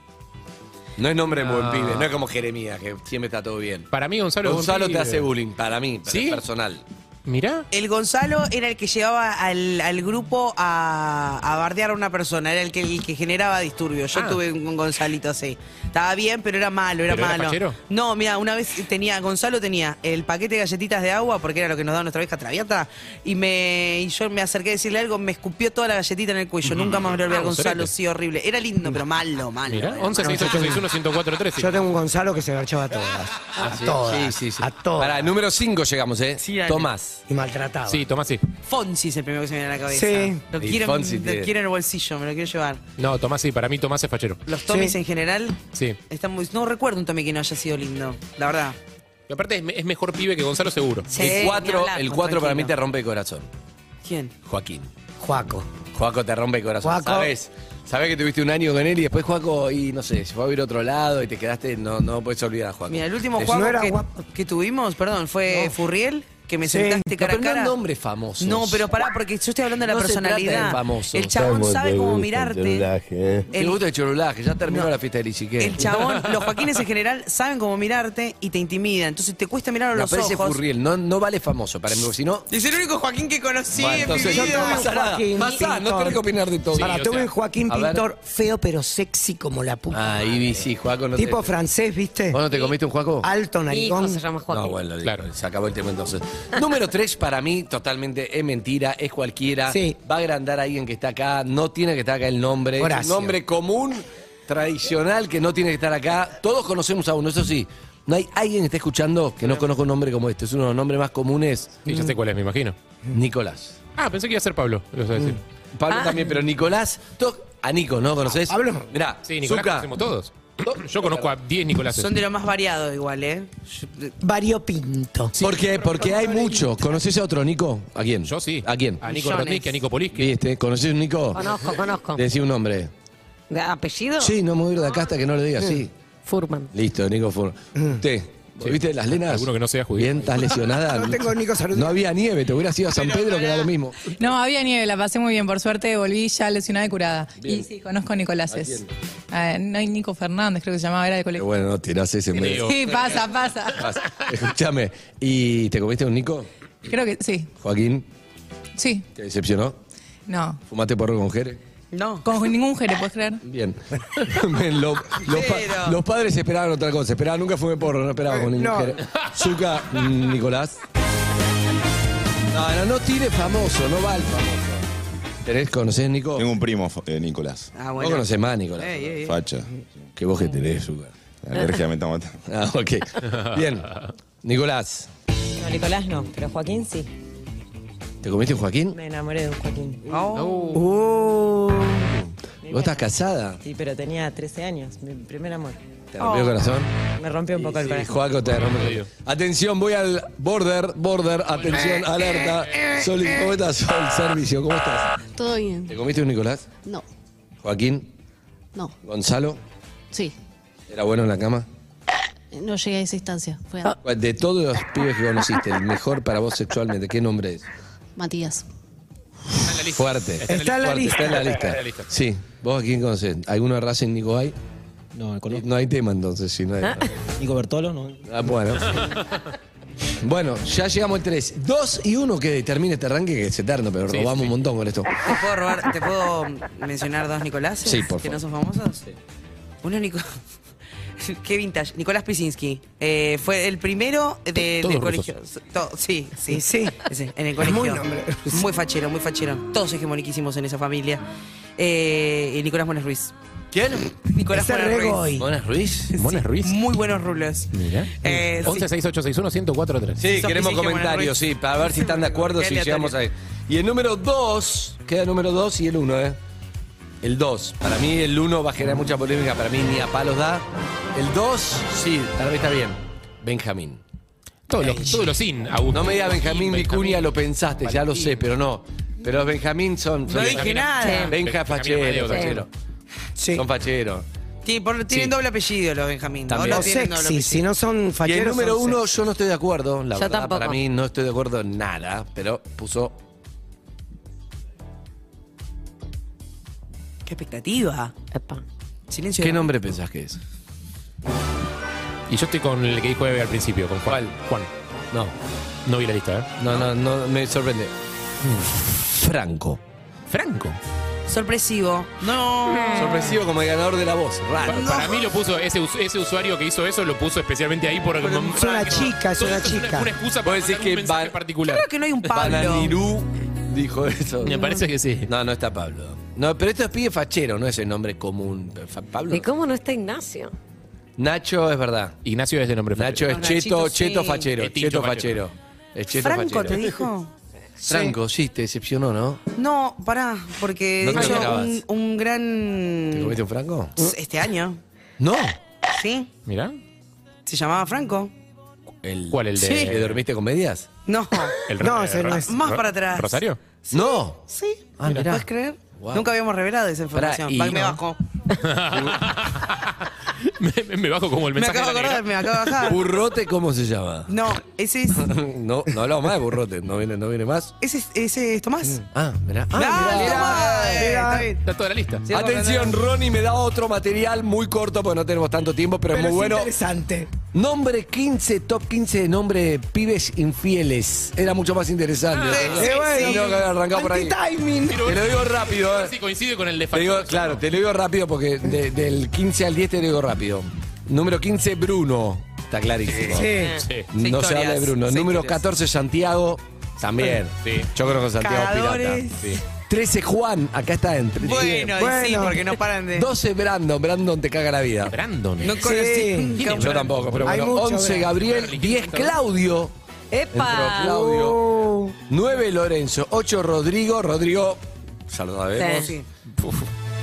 Speaker 3: No es nombre buen pibe, no es como Jeremías, que siempre está todo bien.
Speaker 5: Para mí, Gonzalo. es buen
Speaker 3: Gonzalo te
Speaker 5: pibe.
Speaker 3: hace bullying, para mí, para
Speaker 5: ¿Sí?
Speaker 3: personal.
Speaker 5: Mirá.
Speaker 4: El Gonzalo era el que llevaba al, al grupo a, a bardear a una persona, era el que, el que generaba disturbios. Yo
Speaker 5: Ah.
Speaker 4: tuve un, un Gonzalito así. Estaba bien, pero era malo, era
Speaker 5: ¿Pero era
Speaker 4: malo.
Speaker 5: fachero?
Speaker 4: no, mira, una vez tenía, Gonzalo tenía el paquete de galletitas de agua, porque era lo que nos daba nuestra vieja traviata, y me y yo me acerqué a decirle algo, me escupió toda la galletita en el cuello. Nunca más me lo olvidé a
Speaker 5: Ah,
Speaker 4: Gonzalo,
Speaker 5: Gonzalete.
Speaker 4: sí, horrible. Era lindo, pero malo, malo.
Speaker 5: Mirá.
Speaker 4: era
Speaker 5: 11
Speaker 4: malo.
Speaker 5: 6861 1043
Speaker 8: Yo tengo un Gonzalo que se garchaba a todas. A todas.
Speaker 3: Ah, Sí, sí, sí.
Speaker 8: A todas.
Speaker 3: Para, número 5 llegamos, ¿eh?
Speaker 4: Sí, dale.
Speaker 3: Tomás.
Speaker 8: Y maltrataba.
Speaker 5: Sí, Tomás sí.
Speaker 4: Fonsi es el primero que se me viene a la cabeza.
Speaker 8: Sí.
Speaker 4: Lo
Speaker 3: Y
Speaker 4: quiero,
Speaker 3: Fonsi
Speaker 4: lo
Speaker 3: tiene-
Speaker 4: quiero en el bolsillo, me lo quiero llevar.
Speaker 5: No, Tomás sí. Para mí, Tomás es fachero.
Speaker 4: Los tomis en general
Speaker 5: Sí.
Speaker 4: Está muy- no recuerdo un Tommy que no haya sido lindo, la verdad.
Speaker 5: Y aparte, es, me- es mejor pibe que Gonzalo, seguro.
Speaker 4: Sí,
Speaker 3: el
Speaker 4: ni
Speaker 3: 4
Speaker 4: hablar,
Speaker 3: el
Speaker 4: con
Speaker 3: cuatro para mí
Speaker 4: tranquilo.
Speaker 3: te rompe el corazón.
Speaker 4: ¿Quién?
Speaker 3: Joaquín.
Speaker 8: Juaco.
Speaker 3: Joaco te rompe el corazón.
Speaker 8: Joaco.
Speaker 3: ¿Sabes? Sabés que tuviste un año con él y después Joaco, y no sé, se fue a vivir a otro lado y te quedaste, no, no puedes olvidar a Joaco.
Speaker 4: Mira, el último
Speaker 3: Es-
Speaker 4: juego
Speaker 8: no era
Speaker 4: que,
Speaker 8: guapo.
Speaker 4: que tuvimos, perdón, fue Furriel, que me
Speaker 8: Sí.
Speaker 4: sentaste cara
Speaker 3: pero
Speaker 4: a cara.
Speaker 3: no nombres famosos.
Speaker 4: No, pero pará, porque yo estoy hablando de la
Speaker 3: No se trata de
Speaker 4: personalidad.
Speaker 3: famosos.
Speaker 4: el chabón sabe cómo mirarte.
Speaker 2: Te
Speaker 3: ¿eh? Te
Speaker 4: El,
Speaker 3: gusta el chorulaje, ya terminó la fiesta de Lichiquén.
Speaker 4: el chabón, los Joaquines en general saben cómo mirarte y te intimidan. Entonces te cuesta mirar a
Speaker 3: No,
Speaker 4: los
Speaker 3: pero ese
Speaker 4: ojos.
Speaker 3: Furriel, no, no vale famoso para mí, porque si no.
Speaker 4: Es el único Joaquín que conocí
Speaker 3: Bueno,
Speaker 4: en mi
Speaker 3: entonces,
Speaker 4: vida.
Speaker 3: no pasa nada.
Speaker 8: Joaquín
Speaker 3: Pasá, no
Speaker 8: Pintor.
Speaker 3: tenés que opinar de todo.
Speaker 5: Sí,
Speaker 8: Para,
Speaker 5: o
Speaker 8: tuve
Speaker 5: sea,
Speaker 8: un Joaquín
Speaker 3: a ver.
Speaker 8: Pintor feo pero sexy como la puta.
Speaker 3: Ah, y sí, Joaco no te-
Speaker 8: Tipo francés, ¿viste?
Speaker 3: ¿Vos no te comiste un Joaco?
Speaker 8: Alto, narigón.
Speaker 10: Hijo se llama Joaquín.
Speaker 3: No, bueno,
Speaker 5: Claro.
Speaker 3: se acabó el tema entonces. Número 3 para mí totalmente es mentira, es cualquiera.
Speaker 8: Sí.
Speaker 3: Va a agrandar a alguien que está acá, no tiene que estar acá el nombre. Es un
Speaker 8: Horacio.
Speaker 3: nombre común, tradicional, que no tiene que estar acá. Todos conocemos a uno, eso sí. No hay alguien que esté escuchando que no conozca un nombre como este. Es uno de los nombres más comunes,
Speaker 5: Sí, ya sé cuál es, me imagino.
Speaker 3: Nicolás.
Speaker 5: Ah, pensé que iba a ser Pablo. ibas a decir.
Speaker 3: Pablo también, pero Nicolás, to- a Nico, ¿no? ¿Conoces?
Speaker 8: Ah. Pablo.
Speaker 3: Mirá,
Speaker 5: Sí, Nicolás
Speaker 3: Zucca.
Speaker 5: conocemos todos.
Speaker 3: To-
Speaker 5: Yo conozco a 10 Nicolás.
Speaker 4: Son de lo más variado igual, ¿eh? Yo-
Speaker 8: Variopinto.
Speaker 3: ¿Por qué? Porque hay muchos. ¿Conoces a otro, Nico? ¿A quién?
Speaker 5: Yo sí.
Speaker 3: ¿A quién?
Speaker 5: A Nico
Speaker 10: Millones.
Speaker 5: Rodríguez, a Nico Poliski.
Speaker 3: ¿Viste? ¿Conoces a un Nico?
Speaker 10: Conozco, conozco.
Speaker 3: Decí un nombre.
Speaker 10: ¿De ¿Apellido?
Speaker 8: Mm.
Speaker 3: Sí, no me voy a ir de acá hasta que no lo diga, sí.
Speaker 10: Furman.
Speaker 3: Listo, Nico Fur. Usted, ¿Viste las lenas?
Speaker 5: Alguno que no sea judío.
Speaker 3: Vientas lesionadas.
Speaker 8: No tengo Nico Sarudí.
Speaker 3: No había nieve, te hubieras ido a San Pedro, que era lo mismo.
Speaker 11: No, había nieve, la pasé muy bien. Por suerte volví ya lesionada y curada. Y sí, conozco a Nicoláses. Ah, no hay Nico Fernández, creo que se llamaba, era de
Speaker 3: Pero
Speaker 11: colegio.
Speaker 3: bueno, no tirás ese en medio.
Speaker 11: Sí, pasa, pasa.
Speaker 3: Vas. Escuchame, ¿y te comiste un Nico?
Speaker 11: Creo que sí,
Speaker 3: Joaquín,
Speaker 11: sí,
Speaker 3: ¿te decepcionó?
Speaker 11: no.
Speaker 3: ¿Fumaste porro con Jere?
Speaker 4: No.
Speaker 11: Con ningún jere, ¿puedes creer?
Speaker 3: Bien. Men, lo- los, pa-
Speaker 4: Pero-
Speaker 3: los padres esperaban otra cosa. Esperaban, nunca fumé porro, no esperaban con ningún
Speaker 8: no.
Speaker 3: Jere. Zucca, mm, Nicolás. No, no, no tire famoso, no va el famoso. ¿Tenés, conocés, Nico?
Speaker 12: Tengo un primo, fo- eh, Nicolás.
Speaker 4: Ah,
Speaker 3: Vos conocés más, Nicolás.
Speaker 4: Ey, ey, ey.
Speaker 12: Facha.
Speaker 3: Que vos que tenés, Zucca.
Speaker 12: La alergia me está matando.
Speaker 3: Ah, ok. Bien. Nicolás,
Speaker 13: No, Nicolás no, pero Joaquín sí.
Speaker 3: ¿te comiste un Joaquín?
Speaker 13: Me enamoré de un Joaquín.
Speaker 3: ¿Vos estás casada?
Speaker 13: Sí, pero tenía 13 años, mi primer amor.
Speaker 3: ¿Te rompió
Speaker 13: Oh.
Speaker 3: el corazón?
Speaker 13: Me rompió un poco el
Speaker 3: Sí,
Speaker 13: corazón.
Speaker 3: Joaco te rompe el corazón. Atención, voy al border, border,
Speaker 14: Eh,
Speaker 3: atención, alerta. Sol, ¿cómo estás, Sol? Servicio, ¿cómo estás?
Speaker 14: Todo bien.
Speaker 3: ¿Te comiste un Nicolás?
Speaker 14: No,
Speaker 3: ¿Joaquín?
Speaker 14: no,
Speaker 3: ¿Gonzalo?
Speaker 14: sí. Eh,
Speaker 3: ¿Era bueno en la cama? Ah.
Speaker 14: No llegué a esa instancia. Fue a-
Speaker 3: De todos los pibes que conociste, el mejor para vos sexualmente, ¿qué nombre es?
Speaker 14: Matías.
Speaker 3: Fuerte.
Speaker 8: Está en la
Speaker 3: Fuerte,
Speaker 8: lista.
Speaker 3: Está en la lista.
Speaker 5: Está en la lista.
Speaker 3: Sí. ¿Vos a quién conocés? ¿Alguno de Racing Nico hay?
Speaker 6: No, conozco.
Speaker 3: No hay tema entonces, si no hay.
Speaker 6: Nico Bertolo, no.
Speaker 3: Ah, bueno. Bueno, ya llegamos al 3. 2 y 1 que termine este ranking que es eterno, pero
Speaker 5: Sí,
Speaker 3: robamos
Speaker 5: sí.
Speaker 3: un montón con esto.
Speaker 4: ¿Te puedo robar, te puedo mencionar dos Nicoláses?
Speaker 3: Sí, por
Speaker 4: Que
Speaker 3: favor.
Speaker 4: no son famosos. Uno Nico... Qué vintage. Nicolás Pisinski. Eh, fue el primero de-
Speaker 5: Todos
Speaker 4: del colegio. To- sí, sí, sí, sí, En el colegio.
Speaker 8: muy nombre.
Speaker 4: Muy fachero, muy fachero. Todos hegemoniquísimos en esa familia. Eh, y Nicolás Mones Ruiz.
Speaker 3: ¿Quién?
Speaker 4: Nicolás
Speaker 8: Ese
Speaker 4: Mones Ruiz.
Speaker 8: Regoy.
Speaker 5: ¿Mones Ruiz? ¿Mones Ruiz?
Speaker 4: Muy buenos rulos.
Speaker 5: Mira.
Speaker 4: Eh, sí.
Speaker 5: 11 6861 1043.
Speaker 3: Sí,
Speaker 4: Sos
Speaker 3: queremos
Speaker 4: Pisín, Gemona
Speaker 3: comentarios,
Speaker 4: Ruiz.
Speaker 3: sí, para ver si están de acuerdo,
Speaker 4: Qué
Speaker 3: si
Speaker 4: aleatorio.
Speaker 3: llegamos ahí. Y el número 2, queda el número 2 y el 1, ¿eh? El 2. Para mí el 1 va a generar mucha polémica, para mí ni a palos da. El 2, sí, para mí está bien. Benjamín.
Speaker 5: Todos los, todos los sin, Augusto.
Speaker 3: No me digas Benjamín Vicuña,
Speaker 5: Benjamín.
Speaker 3: lo pensaste, ya lo sé, pero no. Pero los Benjamín son... son
Speaker 4: No dije
Speaker 5: Benjamín-
Speaker 4: nada.
Speaker 3: Benja es
Speaker 5: Benjamín
Speaker 3: fachero,
Speaker 5: Amadeo también.
Speaker 3: fachero.
Speaker 8: Sí.
Speaker 3: Son facheros.
Speaker 4: Sí, por- tienen
Speaker 3: Sí.
Speaker 4: doble apellido los Benjamín.
Speaker 3: También.
Speaker 4: Ahora
Speaker 8: No
Speaker 3: Los
Speaker 4: tienen doble
Speaker 8: sexy,
Speaker 4: apellido.
Speaker 8: si no son
Speaker 3: Y el
Speaker 8: falleros.
Speaker 3: número
Speaker 8: son
Speaker 3: uno,
Speaker 8: sexy.
Speaker 3: yo no estoy de acuerdo. La
Speaker 10: Yo
Speaker 3: verdad,
Speaker 10: tampoco.
Speaker 3: para mí no estoy de acuerdo en nada, pero puso.
Speaker 4: Qué expectativa.
Speaker 10: Epa.
Speaker 4: Silencio.
Speaker 3: ¿Qué nombre pensás que es?
Speaker 5: Y yo estoy con el que dijo Eve al principio, con Juan. Juan.
Speaker 3: No,
Speaker 5: No vi la lista, ¿eh?
Speaker 3: no, no, no, me sorprende. Mm, Franco.
Speaker 5: Franco.
Speaker 4: Sorpresivo. No.
Speaker 3: Ah. Sorpresivo como el ganador de la voz.
Speaker 8: Ah,
Speaker 3: Raro.
Speaker 5: Pa- Para mí lo puso, ese, us- ese usuario que hizo eso lo puso especialmente ahí porque...
Speaker 8: Pero es una chica, es
Speaker 5: Todo
Speaker 8: una
Speaker 5: esto una-
Speaker 8: chica.
Speaker 5: Una, excusa
Speaker 3: Vos
Speaker 5: para
Speaker 3: decís
Speaker 5: decir
Speaker 3: que
Speaker 5: que un mensaje
Speaker 3: va-
Speaker 5: particular.
Speaker 4: Creo que no hay un Pablo.
Speaker 3: Bananirú dijo eso.
Speaker 5: Me parece que sí.
Speaker 3: No, no está Pablo. No, pero esto es pibe fachero, no es el nombre común. Fa- Pablo.
Speaker 10: ¿Y cómo no está Ignacio?
Speaker 3: Nacho es verdad.
Speaker 5: Ignacio es de nombre
Speaker 3: Nacho
Speaker 5: fachero.
Speaker 3: es
Speaker 10: No,
Speaker 3: cheto,
Speaker 10: Nachito sí.
Speaker 3: cheto fachero.
Speaker 5: Es tincho
Speaker 3: cheto fachero.
Speaker 5: fachero.
Speaker 3: Es cheto
Speaker 4: Franco
Speaker 3: fachero.
Speaker 4: te dijo.
Speaker 3: Franco, sí, te decepcionó, ¿no?
Speaker 4: No, pará, porque
Speaker 3: No
Speaker 4: de
Speaker 3: te lo
Speaker 4: hecho
Speaker 3: esperabas.
Speaker 4: un, un
Speaker 3: ¿Te
Speaker 4: gran
Speaker 3: comiste un Franco?
Speaker 4: este año,
Speaker 3: No.
Speaker 4: ¿sí?
Speaker 5: Mirá.
Speaker 4: Se llamaba Franco.
Speaker 3: El-
Speaker 5: ¿Cuál? ¿El de-
Speaker 3: ¿Que dormiste con medias?
Speaker 4: No.
Speaker 5: El
Speaker 8: No,
Speaker 5: Ro-
Speaker 8: ese no
Speaker 5: Ro-
Speaker 8: es.
Speaker 4: Más
Speaker 5: Ro-
Speaker 4: para atrás.
Speaker 5: ¿Rosario?
Speaker 3: No.
Speaker 4: Sí.
Speaker 3: Ah, mirá.
Speaker 4: ¿Puedes creer?
Speaker 3: Wow.
Speaker 4: Nunca habíamos revelado esa
Speaker 3: Pará,
Speaker 4: información.
Speaker 3: y-
Speaker 4: Pa- me
Speaker 3: no.
Speaker 4: bajo.
Speaker 5: me, me- me bajo como el
Speaker 4: Me
Speaker 5: mensaje.
Speaker 4: acabo de
Speaker 5: de la
Speaker 4: acordar, me acabo de bajar.
Speaker 3: ¿Burrote cómo se llama?
Speaker 4: No, ese es,
Speaker 3: no, no hablamos más de burrote, no viene, no viene más.
Speaker 4: ese es, ese es Tomás.
Speaker 3: Ah, mirá. Ah,
Speaker 4: Dale,
Speaker 3: mirá.
Speaker 4: Tomás. Está bien.
Speaker 5: negra. Está toda la lista.
Speaker 4: Sí.
Speaker 3: Atención, Ronnie me da otro material muy corto porque no tenemos tanto tiempo, pero,
Speaker 8: Pero
Speaker 3: es muy
Speaker 8: es
Speaker 3: bueno.
Speaker 8: interesante.
Speaker 3: Nombre 15, top 15 de nombre de pibes infieles. Era mucho más interesante.
Speaker 4: Ah, sí,
Speaker 3: Eh, bueno,
Speaker 4: sí.
Speaker 3: tengo que haber arrancado por ahí.
Speaker 8: timing
Speaker 3: Te lo digo rápido, eh.
Speaker 5: Si coincide con el de
Speaker 3: Te digo,
Speaker 5: Factor.
Speaker 3: claro, te lo digo rápido porque de- del 15 al 10 te lo digo rápido. Número 15, Bruno. Está clarísimo.
Speaker 8: Sí.
Speaker 5: Sí.
Speaker 3: No se
Speaker 4: Seis
Speaker 3: habla de Bruno.
Speaker 4: historias,
Speaker 3: Número
Speaker 4: seis historias.
Speaker 3: 14, Santiago. También.
Speaker 5: Sí.
Speaker 3: Yo conozco a Santiago
Speaker 4: Cagadores.
Speaker 3: Pirata. 13, Juan. Acá está en
Speaker 4: Bueno, y sí,
Speaker 8: Bueno.
Speaker 4: porque no paran de.
Speaker 3: 12, Brandon. Brandon te caga la vida.
Speaker 5: Brandon. eh,
Speaker 4: No conocí.
Speaker 8: Sí.
Speaker 4: nunca un-
Speaker 3: Yo tampoco, pero
Speaker 8: Hay
Speaker 3: bueno.
Speaker 8: mucho,
Speaker 3: 11,
Speaker 8: Brandon.
Speaker 3: Gabriel. 10, Claudio. Entró
Speaker 10: ¡Epa!
Speaker 3: Claudio.
Speaker 8: Oh.
Speaker 3: 9, Lorenzo. 8, Rodrigo. Rodrigo, ya lo sabemos.
Speaker 4: Sí.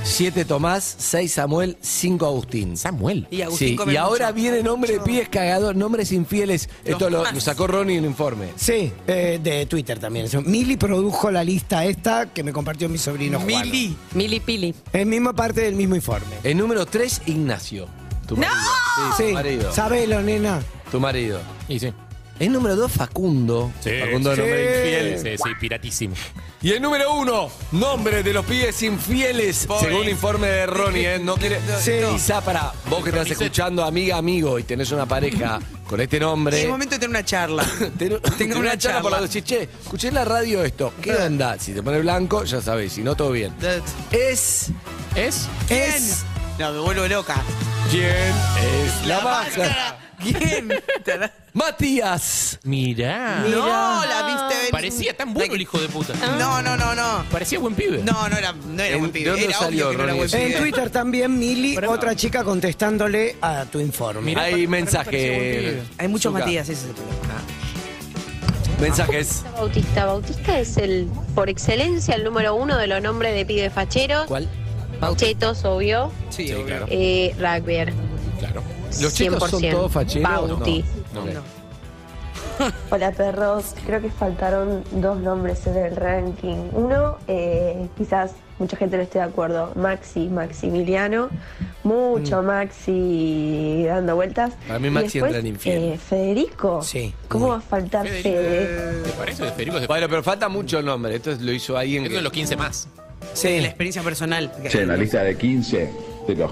Speaker 3: 7, Tomás. 6, Samuel. 5, Agustín.
Speaker 5: Samuel.
Speaker 4: Y Agustín
Speaker 3: Sí,
Speaker 4: come
Speaker 3: y
Speaker 4: mucho.
Speaker 3: ahora viene nombre de pies cagador, nombres infieles. Esto lo, lo sacó Ronnie en el informe.
Speaker 8: Sí, eh, de Twitter también. Eso. Mili produjo la lista esta que me compartió mi sobrino Juan.
Speaker 4: Mili.
Speaker 10: Mili Pili.
Speaker 8: Es misma parte del mismo informe.
Speaker 3: El número 3, Ignacio. Tu marido. Sí, tu
Speaker 8: Sí,
Speaker 3: Ah, marido.
Speaker 8: sabelo, nena.
Speaker 3: Tu marido.
Speaker 5: Y sí.
Speaker 3: El número dos, Facundo. Facundo de nombre infiel.
Speaker 5: Sí, sí, piratísimo.
Speaker 3: Y el número uno, nombre de los pibes infieles, según informe de Ronnie, ¿eh? No quiere.
Speaker 8: Sí.
Speaker 3: Quizá para vos que estás escuchando, amiga, amigo, y tenés una pareja con este nombre.
Speaker 4: Es momento de tener una charla.
Speaker 3: Ten- tengo una, Ah. charla por la noche. Che, escuché en la radio esto. ¿Qué onda? Si te pone blanco, ya sabés. Si no, todo bien. Es.
Speaker 5: ¿Es?
Speaker 4: Eh,
Speaker 3: Es.
Speaker 4: No, me vuelvo loca.
Speaker 3: ¿Quién es la, máscara?
Speaker 4: ¿Quién?
Speaker 3: Matías.
Speaker 5: Mirá.
Speaker 4: No, la viste venir.
Speaker 5: Parecía tan bueno el hijo de puta.
Speaker 4: No, no, no, no.
Speaker 5: Parecía buen pibe.
Speaker 4: No, no era, no era buen pibe. Era obvio que no era buen
Speaker 8: En
Speaker 4: pibe.
Speaker 8: Twitter también, Mili, otra chica contestándole a tu informe.
Speaker 3: Hay mensajes.
Speaker 4: Hay muchos
Speaker 3: Zucca.
Speaker 4: Matías, ese es el problema.
Speaker 3: Mensajes.
Speaker 15: Bautista. Bautista es el, por excelencia, el número uno de los nombres de pibe fachero.
Speaker 3: ¿Cuál?
Speaker 15: Chetos, obvio.
Speaker 4: Sí,
Speaker 5: claro.
Speaker 15: Eh, rugbyer.
Speaker 5: Claro.
Speaker 3: ¿Los chicos son
Speaker 15: 100%.
Speaker 3: todos facheros?
Speaker 15: Bauti.
Speaker 3: No. no.
Speaker 16: Hola perros, creo que faltaron dos nombres en el ranking. Uno, eh, quizás mucha gente no esté de acuerdo, Maxi, Maximiliano, mucho Maxi dando vueltas.
Speaker 3: Para mí
Speaker 16: Y
Speaker 3: Maxi entra
Speaker 16: después,
Speaker 3: en infierno.
Speaker 16: eh, Federico,
Speaker 3: Sí.
Speaker 16: ¿cómo va a faltar Fede?
Speaker 5: ¿Te parece? Federico es de-
Speaker 3: Bueno, pero falta mucho el nombre. Esto lo hizo alguien.
Speaker 5: Esto
Speaker 3: que-
Speaker 5: de los 15 más.
Speaker 4: Sí, la experiencia personal.
Speaker 17: Che, en la lista de 15, de los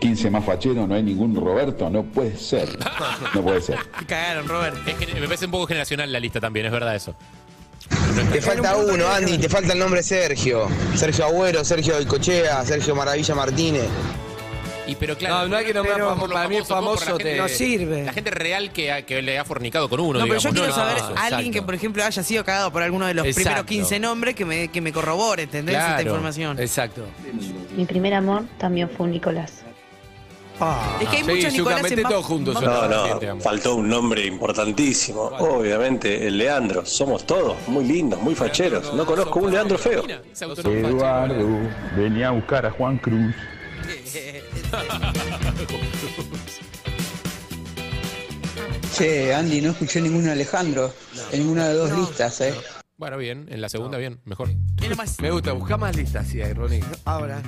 Speaker 17: 15 más facheros, no hay ningún Roberto, no puede ser. No puede ser.
Speaker 4: Te cagaron, Robert.
Speaker 5: Es que me parece un poco generacional la lista también, es verdad eso.
Speaker 18: Te falta uno, Andy, te falta el nombre Sergio. Sergio Agüero, Sergio Cochea, Sergio Maravilla Martínez.
Speaker 5: Y pero claro,
Speaker 3: no, no hay que nombrar
Speaker 5: pero
Speaker 3: famo-
Speaker 5: por los
Speaker 3: para mí
Speaker 5: famosos, vos por la
Speaker 3: famoso
Speaker 5: gente-
Speaker 3: te- no sirve.
Speaker 5: La gente real que, ha- que le ha fornicado con uno,
Speaker 4: No, pero
Speaker 5: digamos.
Speaker 4: yo quiero
Speaker 5: no,
Speaker 4: saber
Speaker 5: no,
Speaker 4: a alguien
Speaker 5: exacto.
Speaker 4: que, por ejemplo, haya sido cagado por alguno de los
Speaker 5: Exacto.
Speaker 4: primeros 15 nombres que me, que me corrobore, ¿entendés? Esta
Speaker 3: Claro,
Speaker 4: información.
Speaker 3: Exacto.
Speaker 16: Mi primer amor también fue un Nicolás.
Speaker 4: Es que hay
Speaker 19: Sí,
Speaker 4: muchos Nicolás
Speaker 19: seguramente
Speaker 3: todos juntos
Speaker 19: No, no, faltó un nombre importantísimo. Obviamente, el Leandro. Somos todos muy lindos, muy facheros. No conozco un Leandro feo.
Speaker 17: Eduardo, venía a buscar a Juan Cruz.
Speaker 20: Che, Andy, no escuché ningún Alejandro en ninguna de dos listas, ¿eh?
Speaker 5: Bueno, bien, en la segunda, bien, mejor.
Speaker 3: Me gusta, busca más listas, sí, hay, Ronnie.
Speaker 4: Ahora.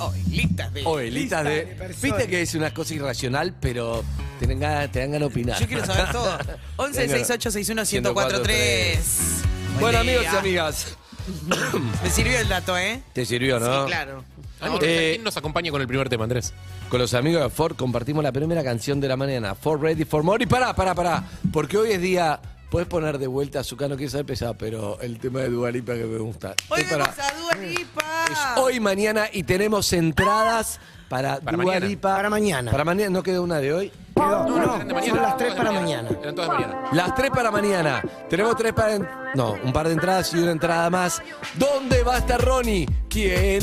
Speaker 4: Hoy, listas de.
Speaker 3: Oye, listas de. Viste que es una cosa irracional, pero te dan ganas, te dan ganas de opinar.
Speaker 4: Yo quiero saber todo. 11 68 61 1043.
Speaker 3: Bueno,
Speaker 4: Buen día.
Speaker 3: amigos y amigas,
Speaker 4: Me sirvió el dato, ¿eh?
Speaker 3: te sirvió, ¿no?
Speaker 4: Sí, claro.
Speaker 5: Ah, no,
Speaker 3: Eh,
Speaker 5: ¿Quién nos acompaña con el primer tema, Andrés?
Speaker 3: Con los amigos de Ford compartimos la primera canción de la mañana, Ford Ready for More. Y pará, pará, pará, porque hoy es día. Puedes poner de vuelta a su no quiero saber pesado, pero el tema de Dualipa que me gusta. Eh,
Speaker 4: Hoy
Speaker 3: Es para-
Speaker 4: vemos a Dua Lipa.
Speaker 3: es hoy, mañana, y tenemos entradas para,
Speaker 5: Para
Speaker 3: Dua
Speaker 5: mañana.
Speaker 3: Lipa. Para mañana. Para mañana, no quedó una de hoy.
Speaker 5: Eran de mañana.
Speaker 8: son las tres para mañana.
Speaker 5: Eran todas de mañana.
Speaker 3: Las tres para mañana. Tenemos tres para. en- No, un par de entradas y una entrada más. ¿Dónde va a estar Ronnie? ¿Quién? es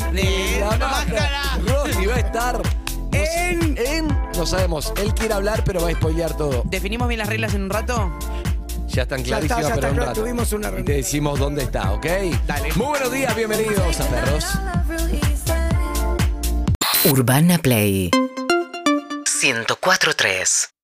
Speaker 3: la máscara. Ronnie va a estar. En, en. No sabemos. Él quiere hablar, pero va a spoilear todo.
Speaker 4: ¿Definimos bien las reglas en un rato?
Speaker 3: Ya están
Speaker 4: Ya
Speaker 3: clarísimas para
Speaker 4: está, ya está
Speaker 3: un
Speaker 4: claro,
Speaker 3: rato.
Speaker 4: tuvimos una
Speaker 3: Y te decimos dónde está, ¿ok? Dale. Muy buenos días, bienvenidos a Perros.
Speaker 1: Urbana Play 104.3